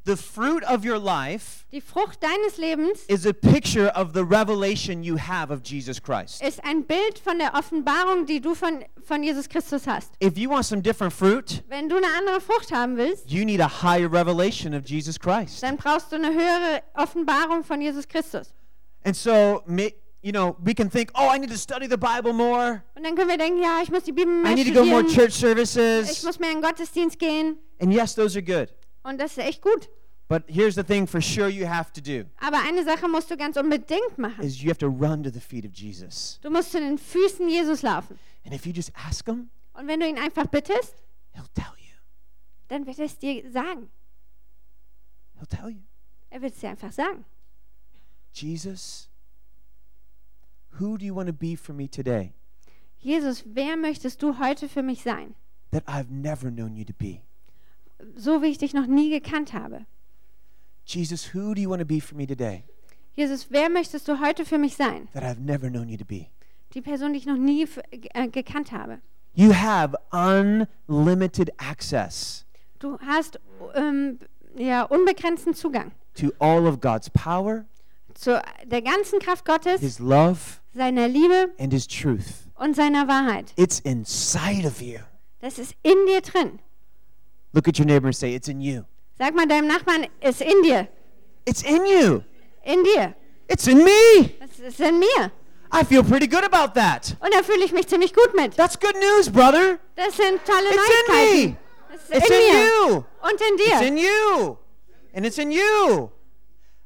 C: The fruit of your life
B: Die Frucht deines Lebens
C: is a picture of the revelation you have of Jesus Christ.
B: ist ein Bild von der Offenbarung, die du von, von Jesus Christus hast.
C: If you want some different fruit,
B: Wenn du eine andere Frucht haben willst,
C: you need a higher revelation of Jesus Christ.
B: dann brauchst du eine höhere Offenbarung von Jesus Christus.
C: And so, ma- you know, we can think, oh, I need to study the Bible more.
B: Und dann können wir denken, ja, ich muss die Bibel
C: I
B: mehr
C: need to go more
B: studieren,
C: church
B: ich
C: services.
B: muss mehr in den Gottesdienst gehen.
C: And yes, those are good.
B: Und das ist echt gut.
C: But here's the thing for sure you have to do
B: Aber eine Sache musst du ganz unbedingt machen.
C: is you have to run to the feet of Jesus.
B: Du musst zu den Füßen Jesus laufen.
C: And if you just ask him,
B: Und wenn du ihn einfach bittest,
C: he'll tell you.
B: dann wird er es dir sagen.
C: He'll tell you.
B: Er wird es dir einfach sagen.
C: Jesus, who do you want to be for me today
B: Jesus, wer möchtest du heute für mich sein?
C: that I've never known you to be?
B: So wie ich dich noch nie gekannt habe.
C: Jesus, who do you want to be for me today
B: Jesus, wer möchtest du heute für mich sein?
C: that I've never known you to be?
B: Die Person, die ich noch nie f- äh, gekannt habe.
C: You have unlimited access
B: Du hast ähm, ja, unbegrenzten Zugang
C: to all of God's power,
B: zu der ganzen Kraft Gottes,
C: His love,
B: seiner Liebe
C: and His truth.
B: und seiner Wahrheit.
C: It's inside of you.
B: Das ist in dir drin.
C: Look at your neighbor and say, It's in you.
B: Sag mal deinem Nachbarn, ist in dir.
C: It's in you.
B: In dir.
C: It's in me.
B: Das ist in mir.
C: I feel pretty good about that.
B: Und da fühle ich mich ziemlich gut mit.
C: That's good news, brother.
B: Das sind tolle
C: It's in me.
B: Neuigkeiten. Das ist
C: It's
B: in
C: in
B: mir.
C: you.
B: Und in
C: It's
B: dir.
C: in you. And it's in you.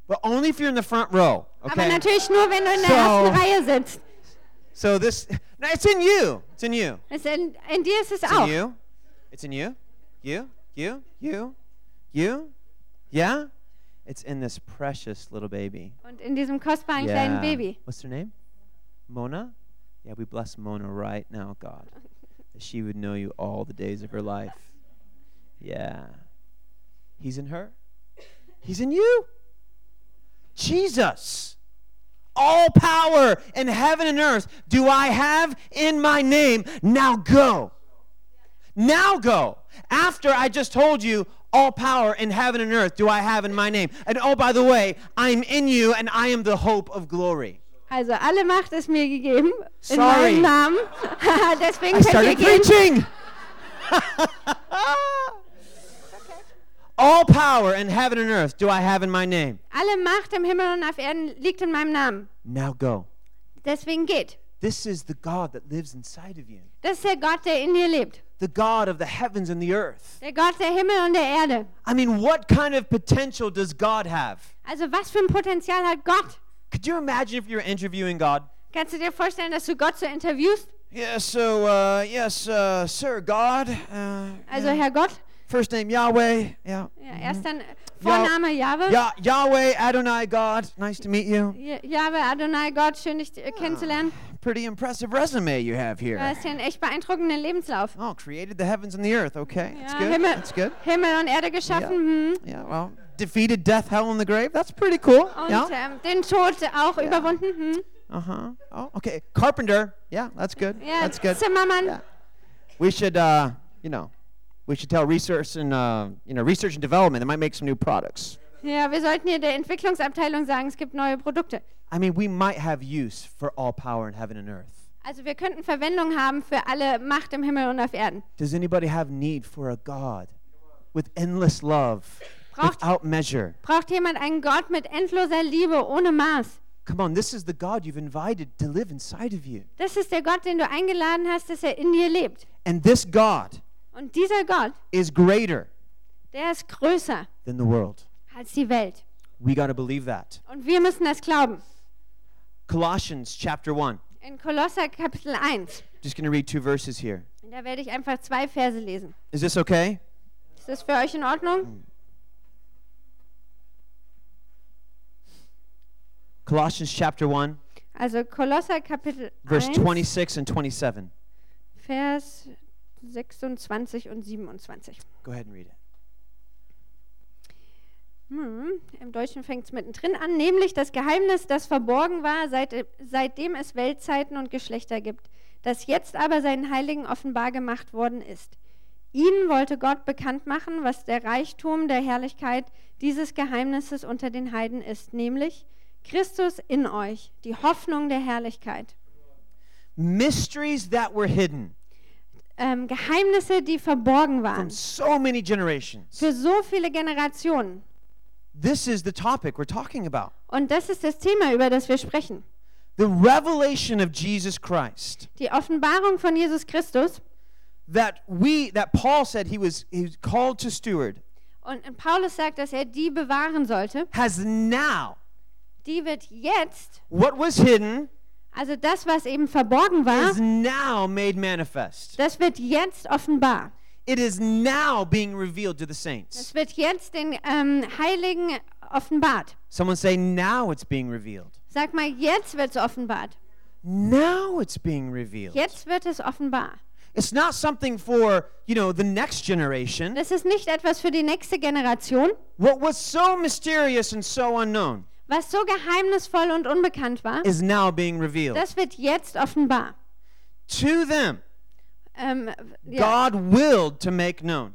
C: But only if you're in the front row.
B: Aber
C: Okay.
B: natürlich nur, wenn du in der
C: So.
B: ersten Reihe sitzt.
C: So this no, it's in you. It's in you.
B: Es in, in dir ist es
C: It's
B: auch.
C: in you. It's in you. You. You. You. You. Yeah? It's in this precious little baby.
B: Und in diesem kostbaren
C: Yeah.
B: kleinen Baby.
C: What's her name? Mona? Yeah, we bless Mona right now, God. That she would know you all the days of her life. Yeah. He's in her. He's in you. Jesus. All power in heaven and earth do I have in my name. Now go. Now go. After I just told you, all power in heaven and earth do I have in my name. And oh, by the way, I'm in you and I am the hope of glory.
B: Also alle Macht ist mir gegeben. In
C: Sorry.
B: meinem Namen. [laughs] Deswegen
C: I
B: könnt ihr
C: started
B: gehen.
C: preaching. [laughs] All power in heaven and earth do I have in my name.
B: Alle Macht im Himmel und auf Erden liegt in meinem Namen.
C: Now go.
B: Deswegen geht.
C: This is the God that lives inside of you,
B: Das ist der Gott, der in dir lebt.
C: the God of the heavens and the earth.
B: Der Gott der Himmel und der Erde.
C: I mean, what kind of potential does God have?
B: Also was für ein Potenzial hat Gott?
C: Could you imagine if you're interviewing God?
B: Kannst du dir vorstellen, dass du Gott so interviewst?
C: Yes, so, uh, yes, uh, sir, God. Uh,
B: Also
C: yeah.
B: Herr Gott,
C: First name Yahweh. Yeah.
B: ja, erst dann äh, Vorname Jahwe.
C: Ya- Yahweh Adonai God. Nice to meet you.
B: Ja- Jahwe, Adonai, Gott, schön dich äh, kennenzulernen.
C: Pretty impressive resume you have
B: Du
C: here.
B: hast hier einen echt beeindruckenden Lebenslauf.
C: Oh, created the heavens and the earth. Okay, that's
B: Ja,
C: good.
B: Himmel,
C: That's good.
B: Himmel und Erde geschaffen hm.
C: Yeah, well, defeated death, hell, and the grave. That's pretty cool.
B: und
C: Oh, Yeah.
B: ähm, den Tod auch überwunden. Hm.
C: Uh huh. Oh, okay. Carpenter. Yeah, that's good.
B: Ja,
C: That's good.
B: Zimmermann.
C: Yeah. We should, uh, you know, we should tell research and uh, you know research and development. They might make some new products.
B: Ja, wir sollten hier der Entwicklungsabteilung sagen, es gibt neue Produkte.
C: I mean, we might have use for all power in heaven and earth.
B: Also wir könnten Verwendung haben für alle Macht im Himmel und auf Erden.
C: Does anybody have need for a God with endless love,
B: Braucht-
C: without measure?
B: Braucht jemand einen Gott mit endloser Liebe ohne Maß?
C: Come on, this is the God you've invited to live inside of you.
B: Das ist der Gott, den du eingeladen hast, dass er in dir lebt.
C: And this God
B: Und dieser Gott,
C: is greater
B: der ist größer
C: than the world.
B: als die Welt.
C: We got to believe that.
B: Und wir müssen das glauben.
C: Colossians chapter 1.
B: In Kolosser Kapitel 1.
C: Just going to read two verses here.
B: Und Da werde ich einfach zwei Verse lesen.
C: Is this okay?
B: Ist das für euch in Ordnung?
C: Colossians chapter 1,
B: Also Kolosser Kapitel
C: verse
B: 1,
C: 26 and 27.
B: Vers 26 und 27.
C: Go ahead and read it.
B: Hm, Im Deutschen fängt es mittendrin an, nämlich das Geheimnis, das verborgen war, seit, seitdem es Weltzeiten und Geschlechter gibt, das jetzt aber seinen Heiligen offenbar gemacht worden ist. Ihnen wollte Gott bekannt machen, was der Reichtum der Herrlichkeit dieses Geheimnisses unter den Heiden ist, nämlich Christus in euch, die Hoffnung der Herrlichkeit.
C: Mysteries that were hidden
B: Ähm, Geheimnisse, die verborgen
C: from
B: waren.
C: so many generations.
B: Für so viele Generationen.
C: This is the topic we're talking about.
B: Und das ist das Thema, über das wir sprechen.
C: The revelation of Jesus Christ
B: Die Offenbarung von Jesus Christus
C: that we that Paul said he was he was called to steward
B: Und Paulus sagt, dass er die bewahren sollte.
C: has now
B: Die wird jetzt,
C: what was hidden
B: also das, was eben verborgen war,
C: is now made manifest.
B: das wird jetzt offenbar.
C: It is now being revealed to the saints.
B: Es wird jetzt den ähm, Heiligen offenbart.
C: Someone say now it's being revealed.
B: Sag mal, jetzt wird es offenbart.
C: Now it's being revealed.
B: Jetzt wird es offenbar.
C: It's not something for, you know, the next generation.
B: Das ist nicht etwas für die nächste Generation,
C: What was so mysterious and so unknown
B: was so geheimnisvoll und unbekannt war.
C: is now being revealed.
B: Das wird jetzt offenbar.
C: To them,
B: Ähm, ja,
C: God willed to make known.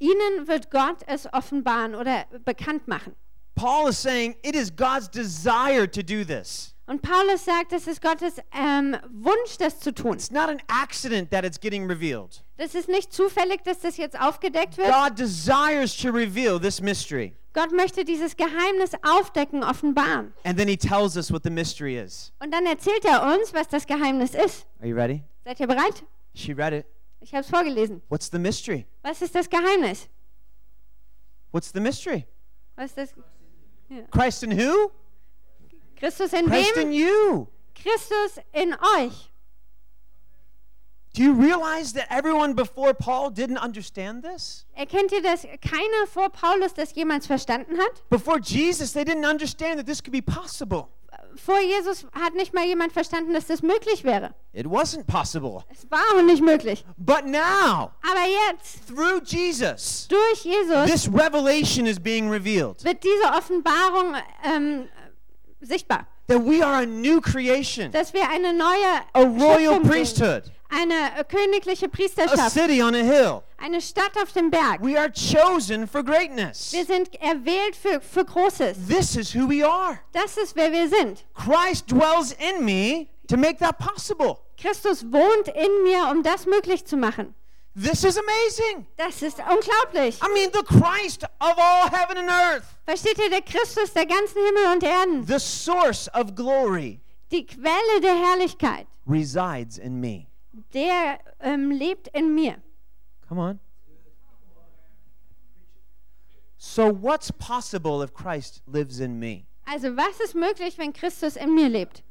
B: ihnen wird Gott es offenbaren oder bekannt machen.
C: Paul is saying it is God's desire to do this.
B: Und Paulus sagt, es ist Gottes ähm, Wunsch, das zu tun.
C: It's not an accident that it's getting revealed.
B: Das ist nicht zufällig, dass das jetzt aufgedeckt wird.
C: God desires to reveal this mystery.
B: Gott möchte dieses Geheimnis aufdecken, offenbaren.
C: And then he tells us what the mystery is.
B: Und dann erzählt er uns, was das Geheimnis ist.
C: Are you ready?
B: Seid ihr bereit?
C: She read it.
B: Ich habe es vorgelesen.
C: What's the mystery?
B: Was ist das Geheimnis?
C: What's the mystery?
B: Was ist das?
C: Christ in who?
B: Christus in
C: Christ in
B: wem?
C: you.
B: Christus in euch.
C: Do you realize that everyone before Paul didn't understand this?
B: Erkennt ihr, dass keiner vor Paulus das jemals verstanden hat?
C: Before Jesus, they didn't understand that this could be possible.
B: Vor Jesus hat nicht mal jemand verstanden, dass das möglich wäre.
C: It wasn't possible.
B: Es war und nicht möglich.
C: But now,
B: Aber jetzt,
C: through Jesus,
B: durch Jesus,
C: this revelation is being revealed
B: wird diese Offenbarung ähm, sichtbar.
C: that we are a new creation,
B: dass wir eine neue
C: a royal
B: Schöpfung sind.
C: priesthood,
B: eine äh, königliche
C: a
B: Priesterschaft,
C: city on a hill.
B: eine Stadt auf dem Berg.
C: We are chosen for greatness.
B: Wir sind erwählt für, für Großes.
C: This is who we are.
B: Das ist, wer wir sind.
C: Christ dwells in me to make that possible.
B: Christus wohnt in mir, um das möglich zu machen.
C: This is amazing.
B: Das ist unglaublich.
C: I mean, the Christ of all heaven and earth,
B: Versteht ihr, der Christus der ganzen Himmel und Erden,
C: the source of glory,
B: die Quelle der Herrlichkeit,
C: resides in me.
B: der ähm, lebt in mir.
C: Come on. So, what's possible if Christ lives in me?
B: Also was ist möglich, wenn Christus in mir lebt?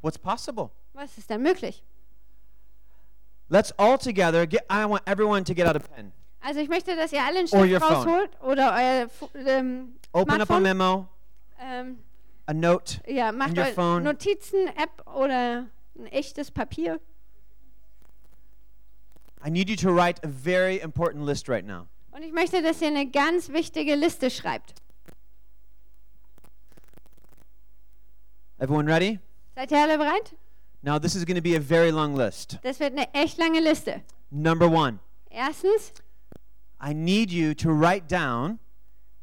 C: What's possible?
B: Was ist dann möglich?
C: Let's all together get. I want everyone to get out a pen.
B: Also ich möchte, dass ihr alle einen
C: Or
B: Stift
C: your phone.
B: rausholt oder euer Fu- ähm,
C: Open up a
B: Smartphone.
C: memo,
B: Ähm,
C: a note.
B: ja, macht
C: your
B: euch
C: phone.
B: Notizen-App oder ein echtes Papier.
C: I need you to write a very important list right now.
B: Und ich möchte, dass ihr eine ganz wichtige Liste schreibt.
C: Everyone ready?
B: Seid ihr alle bereit?
C: Now, this is going to be a very long list.
B: Das wird eine echt lange Liste.
C: Number one,
B: Erstens,
C: I need you to write down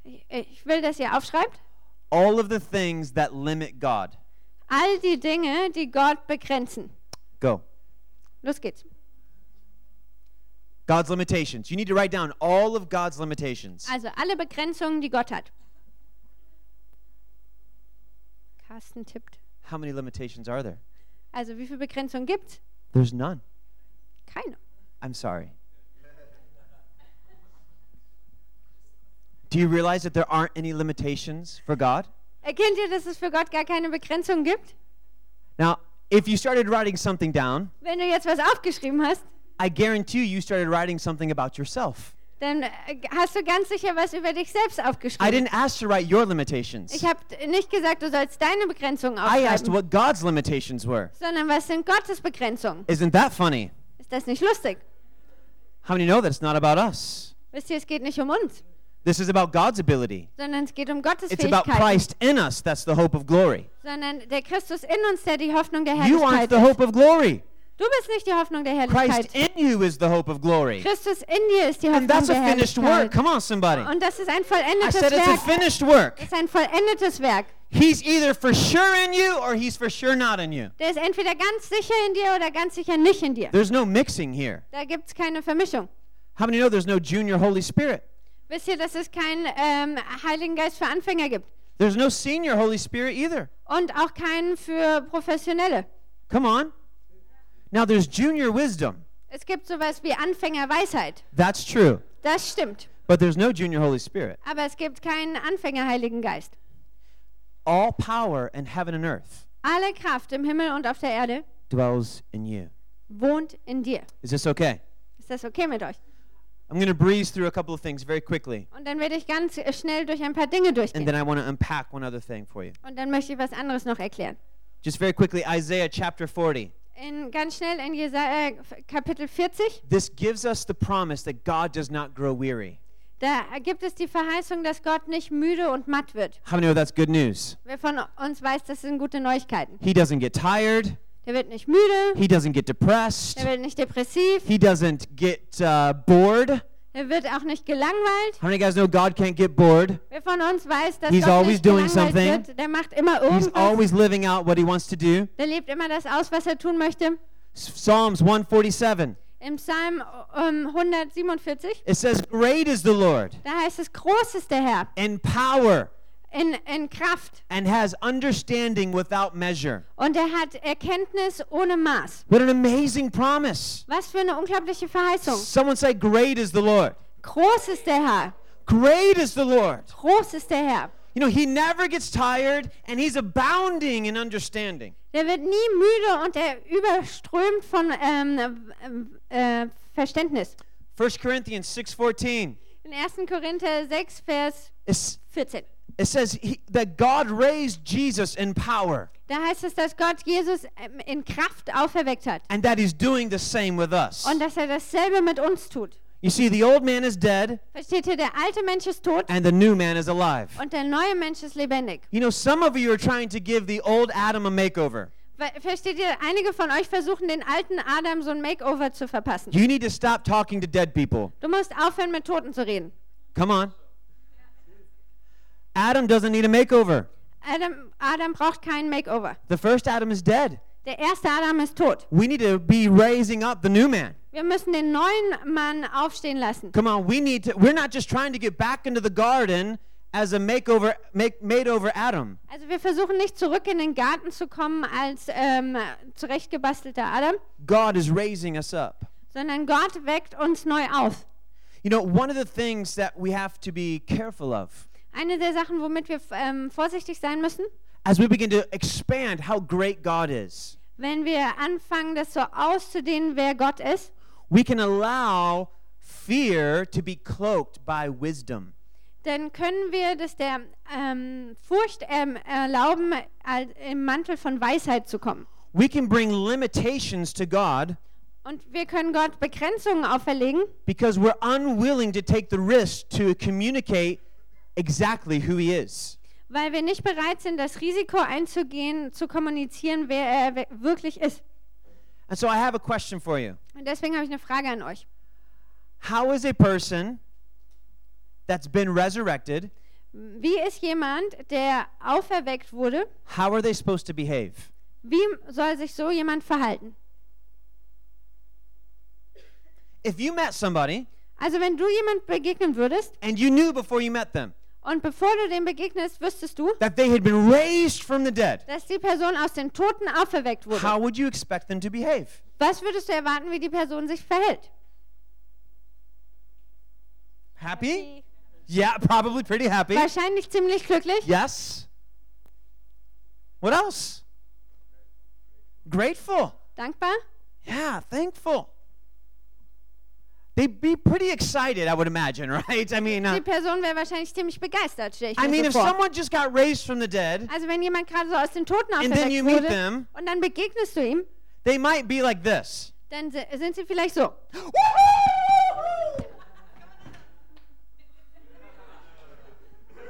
B: ich, ich will, dass ihr aufschreibt,
C: all of the things that limit God.
B: all die Dinge, die Gott begrenzen.
C: Go.
B: Los geht's.
C: God's limitations. You need to write down all of God's limitations.
B: Also alle Begrenzungen, die Gott hat. Carsten tippt.
C: How many limitations are there?
B: Also wie viele Begrenzungen gibt's?
C: There's none.
B: Keine.
C: I'm sorry. Do you realize that there aren't any limitations for God?
B: Erkennt ihr, dass es für Gott gar keine Begrenzung gibt?
C: Now, if you started writing something down,
B: Wenn du jetzt was aufgeschrieben hast,
C: I guarantee you, you started writing something about yourself.
B: dann äh, hast du ganz sicher was über dich selbst
C: I
B: aufgeschrieben.
C: didn't ask to write your limitations.
B: Ich habe nicht gesagt, du sollst deine Begrenzungen
C: I asked
B: aufschreiben,
C: what God's limitations were.
B: sondern was sind Gottes Begrenzungen?
C: Isn't that funny?
B: Ist das nicht lustig?
C: How many know that it's not about us?
B: Wisst ihr, es geht nicht um uns,
C: This is about God's ability.
B: sondern es geht um Gottes
C: It's about
B: Fähigkeiten,
C: Christ in us. That's the hope of glory.
B: sondern der Christus in uns, der die Hoffnung der
C: You
B: Herrlichkeit
C: aren't the
B: ist.
C: hope of glory.
B: Du bist nicht die Hoffnung der
C: Christ
B: Herrlichkeit.
C: in you is the hope of glory.
B: Christus in dir ist die Hoffnung
C: And that's a
B: der
C: finished work.
B: Herrlichkeit.
C: Come on, somebody.
B: Und das ist ein
C: I
B: vollendetes
C: said it's a
B: Werk.
C: finished work.
B: Das ist ein vollendetes Werk.
C: He's either for sure in you or he's for sure not in you.
B: Der ist entweder ganz sicher in dir oder ganz sicher nicht in dir.
C: There's no mixing here.
B: Da gibt es keine Vermischung.
C: How many know there's no junior Holy Spirit?
B: Wisst ihr, dass es keinen ähm, Heiligen Geist für Anfänger gibt?
C: There's no senior Holy Spirit either.
B: Und auch keinen für Professionelle.
C: Come on. Now there's junior wisdom.
B: Es gibt sowas wie Anfängerweisheit.
C: That's true.
B: Das stimmt.
C: But there's no junior Holy Spirit.
B: Aber es gibt keinen Anfängerheiligen Geist.
C: All power in heaven and earth
B: Alle Kraft im Himmel und auf der Erde
C: dwells in you.
B: wohnt in dir.
C: Is this okay?
B: Ist das okay mit euch?
C: I'm going to breeze through a couple of things very quickly.
B: Und dann werde ich ganz äh, schnell durch ein paar Dinge
C: And
B: durchgehen.
C: then I want to unpack one other thing for you.
B: Und dann möchte ich was anderes noch erklären.
C: Just very quickly Isaiah chapter 40.
B: In, ganz schnell in Jesaja äh, Kapitel 40.
C: This gives us the promise that God does not grow weary.
B: Da gibt es die Verheißung, dass Gott nicht müde und matt wird.
C: How many know that's good news?
B: Wer von uns weiß, das sind gute Neuigkeiten.
C: He doesn't get tired.
B: Der wird nicht müde,
C: He doesn't get depressed.
B: der wird nicht depressiv,
C: He doesn't get uh, bored. How
B: der wird auch nicht gelangweilt.
C: many of you guys know God can't get bored?
B: Wer von uns weiß, dass
C: He's
B: Gott
C: always
B: nicht
C: doing
B: gelangweilt
C: something.
B: wird, der macht immer
C: He's
B: irgendwas.
C: always living out what he wants to do.
B: Der lebt immer das aus, was er tun möchte.
C: S- Psalms 147.
B: Im Psalm ähm, 147,
C: It says, Great is the Lord
B: da heißt es, groß ist der Herr
C: in power
B: in, in Kraft
C: and has understanding without measure.
B: und er hat Erkenntnis ohne Maß.
C: What an amazing promise.
B: Was für eine unglaubliche Verheißung.
C: Someone say, Great is the Lord.
B: Groß ist der Herr,
C: Great is the Lord.
B: groß ist der Herr.
C: You know, he never gets tired and he's abounding in understanding.
B: Der wird nie müde und er überströmt von ähm, äh, äh, Verständnis.
C: 1 Corinthians 6:14.
B: In 1. Korinther 6, Vers
C: It's-
B: 14.
C: It says he, that God raised Jesus in power
B: Da heißt es, dass Gott Jesus ähm, in Kraft auferweckt hat
C: and that he's doing the same with us.
B: und dass er dasselbe mit uns tut.
C: You see, the old man is dead
B: Versteht ihr, der alte Mensch ist tot
C: and the new man is alive.
B: und der neue Mensch ist lebendig.
C: You know, some of you are trying to give the old Adam a makeover.
B: Ver- Versteht ihr, einige von euch versuchen, den alten Adam so ein Makeover zu verpassen.
C: You need to stop talking to dead people.
B: Du musst aufhören, mit Toten zu reden.
C: Come on. Adam doesn't need a makeover.
B: Adam, Adam braucht kein Makeover.
C: The first Adam is dead.
B: Der erste Adam ist tot.
C: We need to be raising up the new man.
B: Wir müssen den neuen Mann aufstehen lassen.
C: Come on, we need to. We're not just trying to get back into the garden as a makeover, make made over Adam.
B: Also wir versuchen nicht zurück in den Garten zu kommen als ähm, zurechtgebastelter Adam,
C: God is raising us up.
B: sondern Gott weckt uns neu auf.
C: You know, one of the things that we have to be careful of
B: Eine der Sachen, womit wir ähm, vorsichtig sein müssen,
C: as we begin to expand how great God is,
B: wenn wir anfangen, das so auszudehnen, wer Gott ist,
C: we can allow fear to be cloaked by wisdom.
B: dann können wir das der ähm, Furcht ähm, erlauben, al- im Mantel von Weisheit zu kommen.
C: We can bring limitations to God
B: Und wir können Gott Begrenzungen auferlegen,
C: because we're unwilling to take the risk to communicate exactly who He is.
B: weil wir nicht bereit sind, das Risiko einzugehen, zu kommunizieren, wer er we- wirklich ist.
C: And so I have a question for you.
B: Und deswegen habe ich eine Frage an euch.
C: How is a person that's been resurrected,
B: Wie ist jemand, der auferweckt wurde,
C: how are they supposed to behave?
B: wie soll sich so jemand verhalten?
C: If you met somebody
B: Also wenn du jemand begegnen würdest
C: and you knew before you met them
B: und bevor du dem begegnest, wüsstest du,
C: that they had been raised from the dead,
B: dass die Person aus den Toten auferweckt wurde,
C: how would you expect them to behave?
B: was würdest du erwarten, wie die Person sich verhält?
C: Happy? Yeah, [laughs] probably pretty happy.
B: Wahrscheinlich ziemlich glücklich,
C: Yes. What else? Grateful.
B: dankbar,
C: Yeah, thankful. They'd be pretty excited, I would imagine, [laughs] right? I mean, uh,
B: Die Person wäre wahrscheinlich ziemlich begeistert, stelle ich
C: I
B: mir
C: mean,
B: so
C: if
B: vor.
C: someone just got raised from the dead,
B: Also wenn jemand gerade so aus den Toten
C: And then you
B: auferweckt
C: meet
B: wurde
C: them.
B: und dann begegnest du ihm,
C: they might be like this.
B: dann se- sind sie vielleicht so.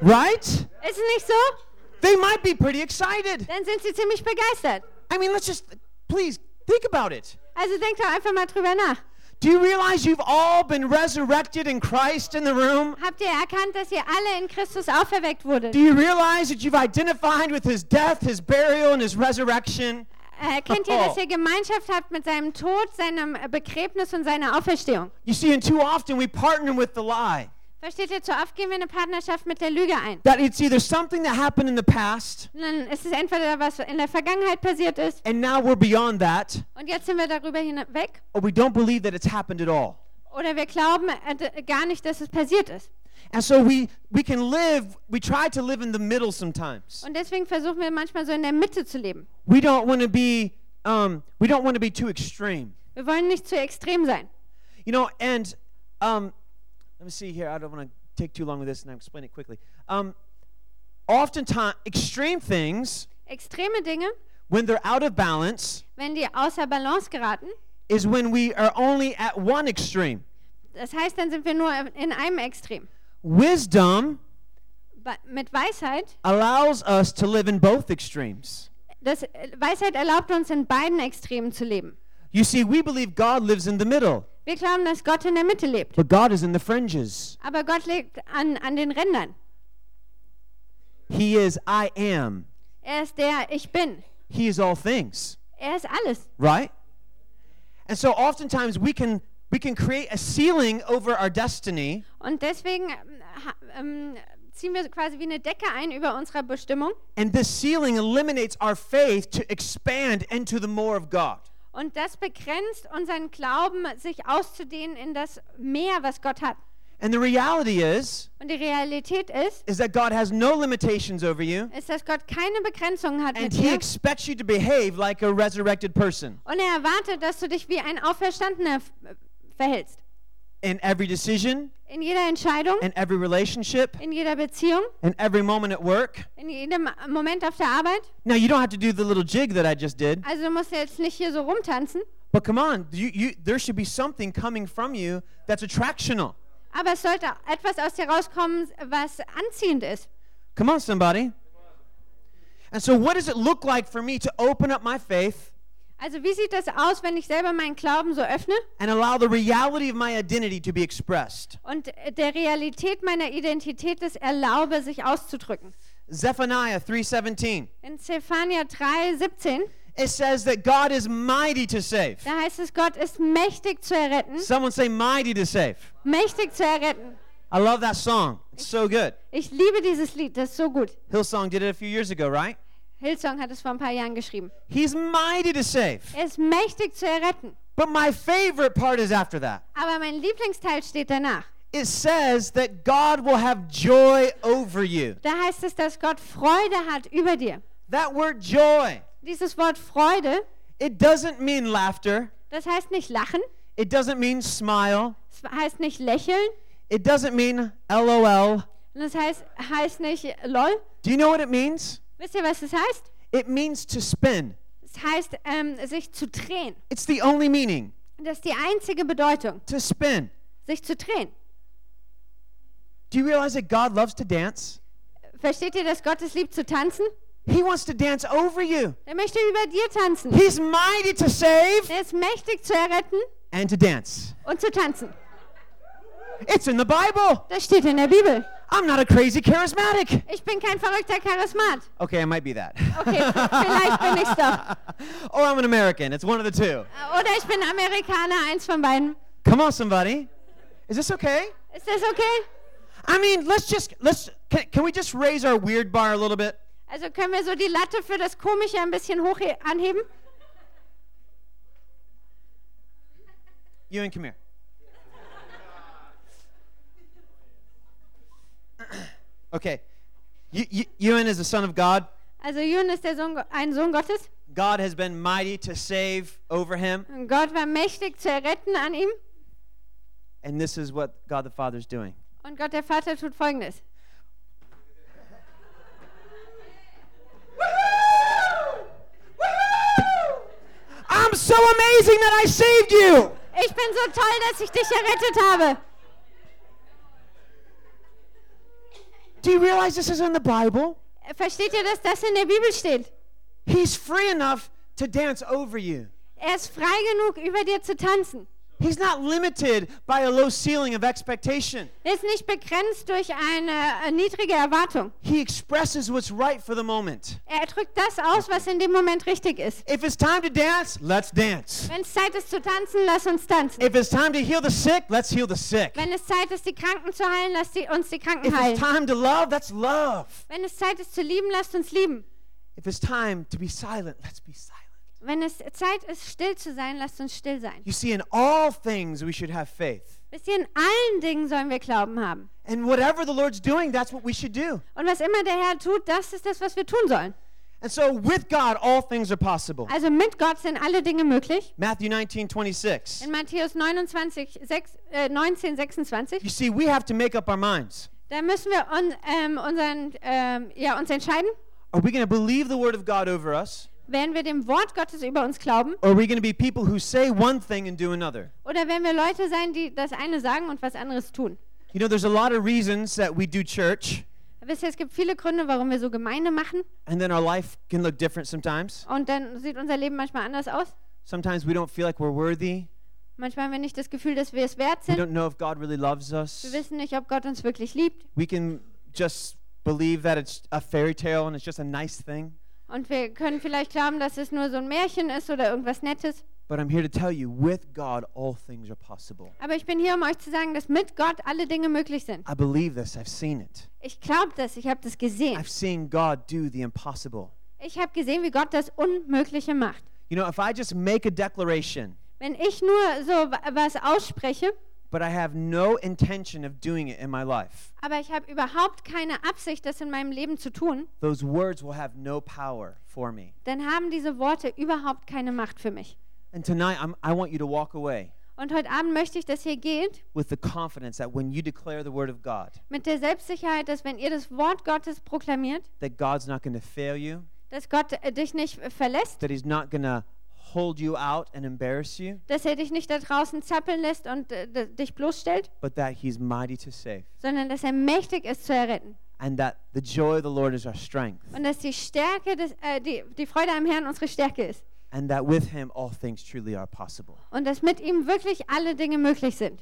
C: Right?
B: Ist es nicht so?
C: They might be pretty excited.
B: Dann sind sie ziemlich begeistert.
C: I mean, let's just, please, think about it.
B: Also denk doch einfach mal drüber nach.
C: Do you realize you've all been resurrected in Christ in the room?
B: Habt ihr erkannt, dass ihr alle in Christus auferweckt wurdet?
C: Do you realize that you've identified with his death, his burial, and his resurrection?
B: Erkennt Äh, ihr, dass ihr Gemeinschaft habt mit seinem Tod, seinem äh, Begräbnis und seiner Auferstehung?
C: You see, and too often we partner with the lie.
B: Versteht ihr, zu oft gehen wir eine Partnerschaft mit der Lüge ein.
C: That it's either something that happened in the past,
B: Und Dann ist es entweder was in der Vergangenheit passiert ist
C: and now we're beyond that,
B: und jetzt sind wir darüber hinweg
C: or we don't believe that it's happened at all.
B: oder wir glauben äh, d- gar nicht, dass es passiert ist.
C: And so we, we can live, we try to live in the middle sometimes.
B: Und deswegen versuchen wir manchmal so in der Mitte zu leben.
C: We don't want to be, um, we don't want to be too extreme.
B: Wir wollen nicht zu extrem sein.
C: You know, and um, let me see here. I don't want to take too long with this, and I'll explain it quickly. Um, oftentimes, extreme things,
B: Extreme Dinge,
C: when they're out of balance,
B: wenn die außer Balance geraten,
C: is when we are only at one extreme.
B: das heißt, dann sind wir nur in einem Extrem.
C: Wisdom
B: Ba- Mit Weisheit,
C: allows us to live in both extremes.
B: das, äh, Weisheit erlaubt uns, in beiden Extremen zu leben.
C: You see, we believe God lives in the middle,
B: Wir glauben, dass Gott in der Mitte lebt,
C: but God is in the fringes.
B: aber Gott lebt an, an den Rändern.
C: He is I am.
B: Er ist der Ich Bin.
C: He is all things,
B: Er ist alles.
C: right? And so oftentimes we can we can create a ceiling over our destiny
B: Und deswegen ähm, ha- ähm, ziehen wir quasi wie eine Decke ein über unserer Bestimmung.
C: And this ceiling eliminates our faith to expand into the more of God.
B: Und das begrenzt unseren Glauben, sich auszudehnen in das Meer, was Gott hat.
C: And the reality is
B: Und die Realität ist,
C: is that God has no limitations over you
B: ist, dass Gott keine Begrenzungen hat
C: and
B: mit
C: he
B: dir.
C: expects you to behave like a resurrected person
B: Und er erwartet, dass du dich wie ein Auferstandener f- äh, verhältst.
C: in every decision,
B: In jeder Entscheidung,
C: in every relationship,
B: in jeder Beziehung,
C: in every moment at work.
B: in jedem Moment auf der Arbeit.
C: Now you don't have to do the little jig that I just did,
B: Also du musst jetzt nicht hier so rumtanzen.
C: but come on, you, you, there should be something coming from you that's attractional.
B: Aber es sollte etwas aus dir rauskommen, was anziehend ist.
C: Come on, somebody. And so, what does it look like for me to open up my faith
B: Also wie sieht das aus, wenn ich selber meinen Glauben so öffne
C: and allow the reality of my identity to be expressed.
B: und äh, der Realität meiner Identität es erlaube, sich auszudrücken?
C: Zephaniah 3:17.
B: In Zephania 3, 17,
C: It says that God is mighty to save.
B: da heißt es, Gott ist mächtig zu erretten.
C: Someone say mighty to save.
B: Mächtig zu erretten.
C: I love that song. It's so good.
B: Ich liebe dieses Lied, das ist so gut.
C: Hillsong did it a few years ago, right?
B: Hillsong hat es vor ein paar Jahren geschrieben.
C: He's mighty to save.
B: Er ist mächtig zu erretten.
C: But my favorite part is after that.
B: Aber mein Lieblingsteil steht danach.
C: It says that God will have joy over you.
B: Da heißt es, dass Gott Freude hat über dir.
C: That word joy,
B: Dieses Wort Freude,
C: it doesn't mean laughter.
B: das heißt nicht lachen,
C: It doesn't mean smile.
B: es heißt nicht lächeln,
C: It doesn't mean LOL.
B: und das heißt, heißt nicht äh, lol.
C: Do you know what it means?
B: Wisst ihr, was es heißt?
C: It means to spin.
B: Es heißt, ähm, sich zu drehen.
C: It's the only meaning
B: Das ist die einzige Bedeutung,
C: to spin.
B: sich zu drehen.
C: Do you realize that God loves to dance?
B: Versteht ihr, dass Gott es liebt zu tanzen?
C: He wants to dance over you.
B: Er möchte über dir tanzen.
C: He's mighty to save
B: Er ist mächtig zu erretten
C: and to dance.
B: und zu tanzen.
C: It's in the Bible.
B: Das steht in der Bibel.
C: I'm not a crazy charismatic.
B: Ich bin kein verrückter Charismat.
C: Okay, I might be that.
B: Okay, [laughs] vielleicht bin ich's doch.
C: [laughs] or I'm an American. It's one of the two.
B: Oder ich bin Amerikaner, eins von beiden.
C: Come on, somebody. Is this okay?
B: Ist das okay?
C: I mean, let's just let's can, can we just raise our weird bar a little bit?
B: Also können wir so die Latte für das Komische ein bisschen hoch he- anheben?
C: Ewan, come here. [clears throat] okay. You, you, Ewan is the son of God.
B: Also Jürgen ist der Sohn, Go- ein Sohn Gottes.
C: God has been mighty to save over him.
B: Und Gott war mächtig zu erretten an ihm.
C: And this is what God the Father is doing.
B: Und Gott der Vater tut folgendes.
C: I'm so amazing that I saved you.
B: Ich bin so toll, dass ich dich errettet habe.
C: Do you realize this is in the Bible?
B: Versteht ihr, dass das in der Bibel steht?
C: He's free enough to dance over you.
B: Er ist frei genug, über dir zu tanzen.
C: He's not limited by a low ceiling of expectation.
B: Er ist nicht begrenzt durch eine äh, niedrige Erwartung.
C: He expresses what's right for the moment.
B: Er drückt das aus, was in dem Moment richtig ist.
C: If it's time to dance, let's dance.
B: Wenn es Zeit ist zu tanzen, lass uns tanzen.
C: If it's time to heal the sick, let's heal the sick.
B: Wenn es Zeit ist, die Kranken zu heilen, lass die, uns die
C: If
B: Kranken
C: it's
B: heilen.
C: time to love, that's love.
B: Wenn es Zeit ist zu lieben, lasst uns lieben.
C: If it's time to be silent, let's be silent.
B: Wenn es Zeit ist, still zu sein, lasst uns still sein.
C: You see, in all things we should have faith.
B: Wisst ihr, in allen Dingen sollen wir Glauben haben.
C: And whatever the Lord's doing, that's what we should do.
B: Und was immer der Herr tut, das ist das, was wir tun sollen.
C: And so with God, all things are possible.
B: Also mit Gott sind alle Dinge möglich.
C: Matthew 19, 26.
B: In Matthäus 29, 6, äh, 19, 26,
C: You see, we have to make up our minds.
B: da müssen wir un, ähm, unseren, ähm, ja, uns entscheiden,
C: Are we going to believe the word of God over us?
B: werden wir dem Wort Gottes über uns glauben
C: Or are we going to be people who say one thing and do another?
B: oder werden wir Leute sein, die das eine sagen und was anderes tun.
C: You know, there's a lot of reasons that we do church,
B: Wisst ihr, es gibt viele Gründe, warum wir so Gemeinde machen
C: and then our life can look different sometimes.
B: und dann sieht unser Leben manchmal anders aus.
C: Sometimes we don't feel like we're worthy.
B: Manchmal haben wir nicht das Gefühl, dass wir es wert
C: We
B: sind.
C: don't know if God really loves
B: Wir
C: us.
B: wissen nicht, ob Gott uns wirklich liebt
C: We can just believe that it's a fairy tale and it's just a nice thing.
B: und wir können vielleicht glauben, dass es nur so ein Märchen ist oder irgendwas Nettes.
C: But I'm here to tell you with God, all things are possible.
B: Aber ich bin hier, um euch zu sagen, dass mit Gott alle Dinge möglich sind.
C: I believe this. I've seen it.
B: Ich glaube das, ich habe das gesehen.
C: I've seen God do the impossible.
B: Ich habe gesehen, wie Gott das Unmögliche macht.
C: You know, if I just make a declaration,
B: Wenn ich nur so wa- was ausspreche,
C: but I have no intention of doing it in my life,
B: aber ich habe überhaupt keine Absicht, das in meinem Leben zu tun,
C: those words will have no power for me.
B: dann haben diese Worte überhaupt keine Macht für mich.
C: And tonight, I'm, I want you to walk away
B: Und heute Abend möchte ich, dass ihr geht
C: with the confidence that when you declare the word of God,
B: mit der Selbstsicherheit, dass wenn ihr das Wort Gottes proklamiert,
C: that God's not going to fail you,
B: dass Gott äh, dich nicht äh, verlässt,
C: that He's not going to hold you out and embarrass you,
B: dass er dich nicht da draußen zappeln lässt und äh, d- dich bloßstellt,
C: but that He's mighty to save,
B: sondern dass er mächtig ist zu erretten
C: and that the joy of the Lord is our strength,
B: und dass die Stärke, des, äh, die, die Freude am Herrn unsere Stärke ist
C: and that with Him all things truly are possible.
B: und dass mit ihm wirklich alle Dinge möglich sind.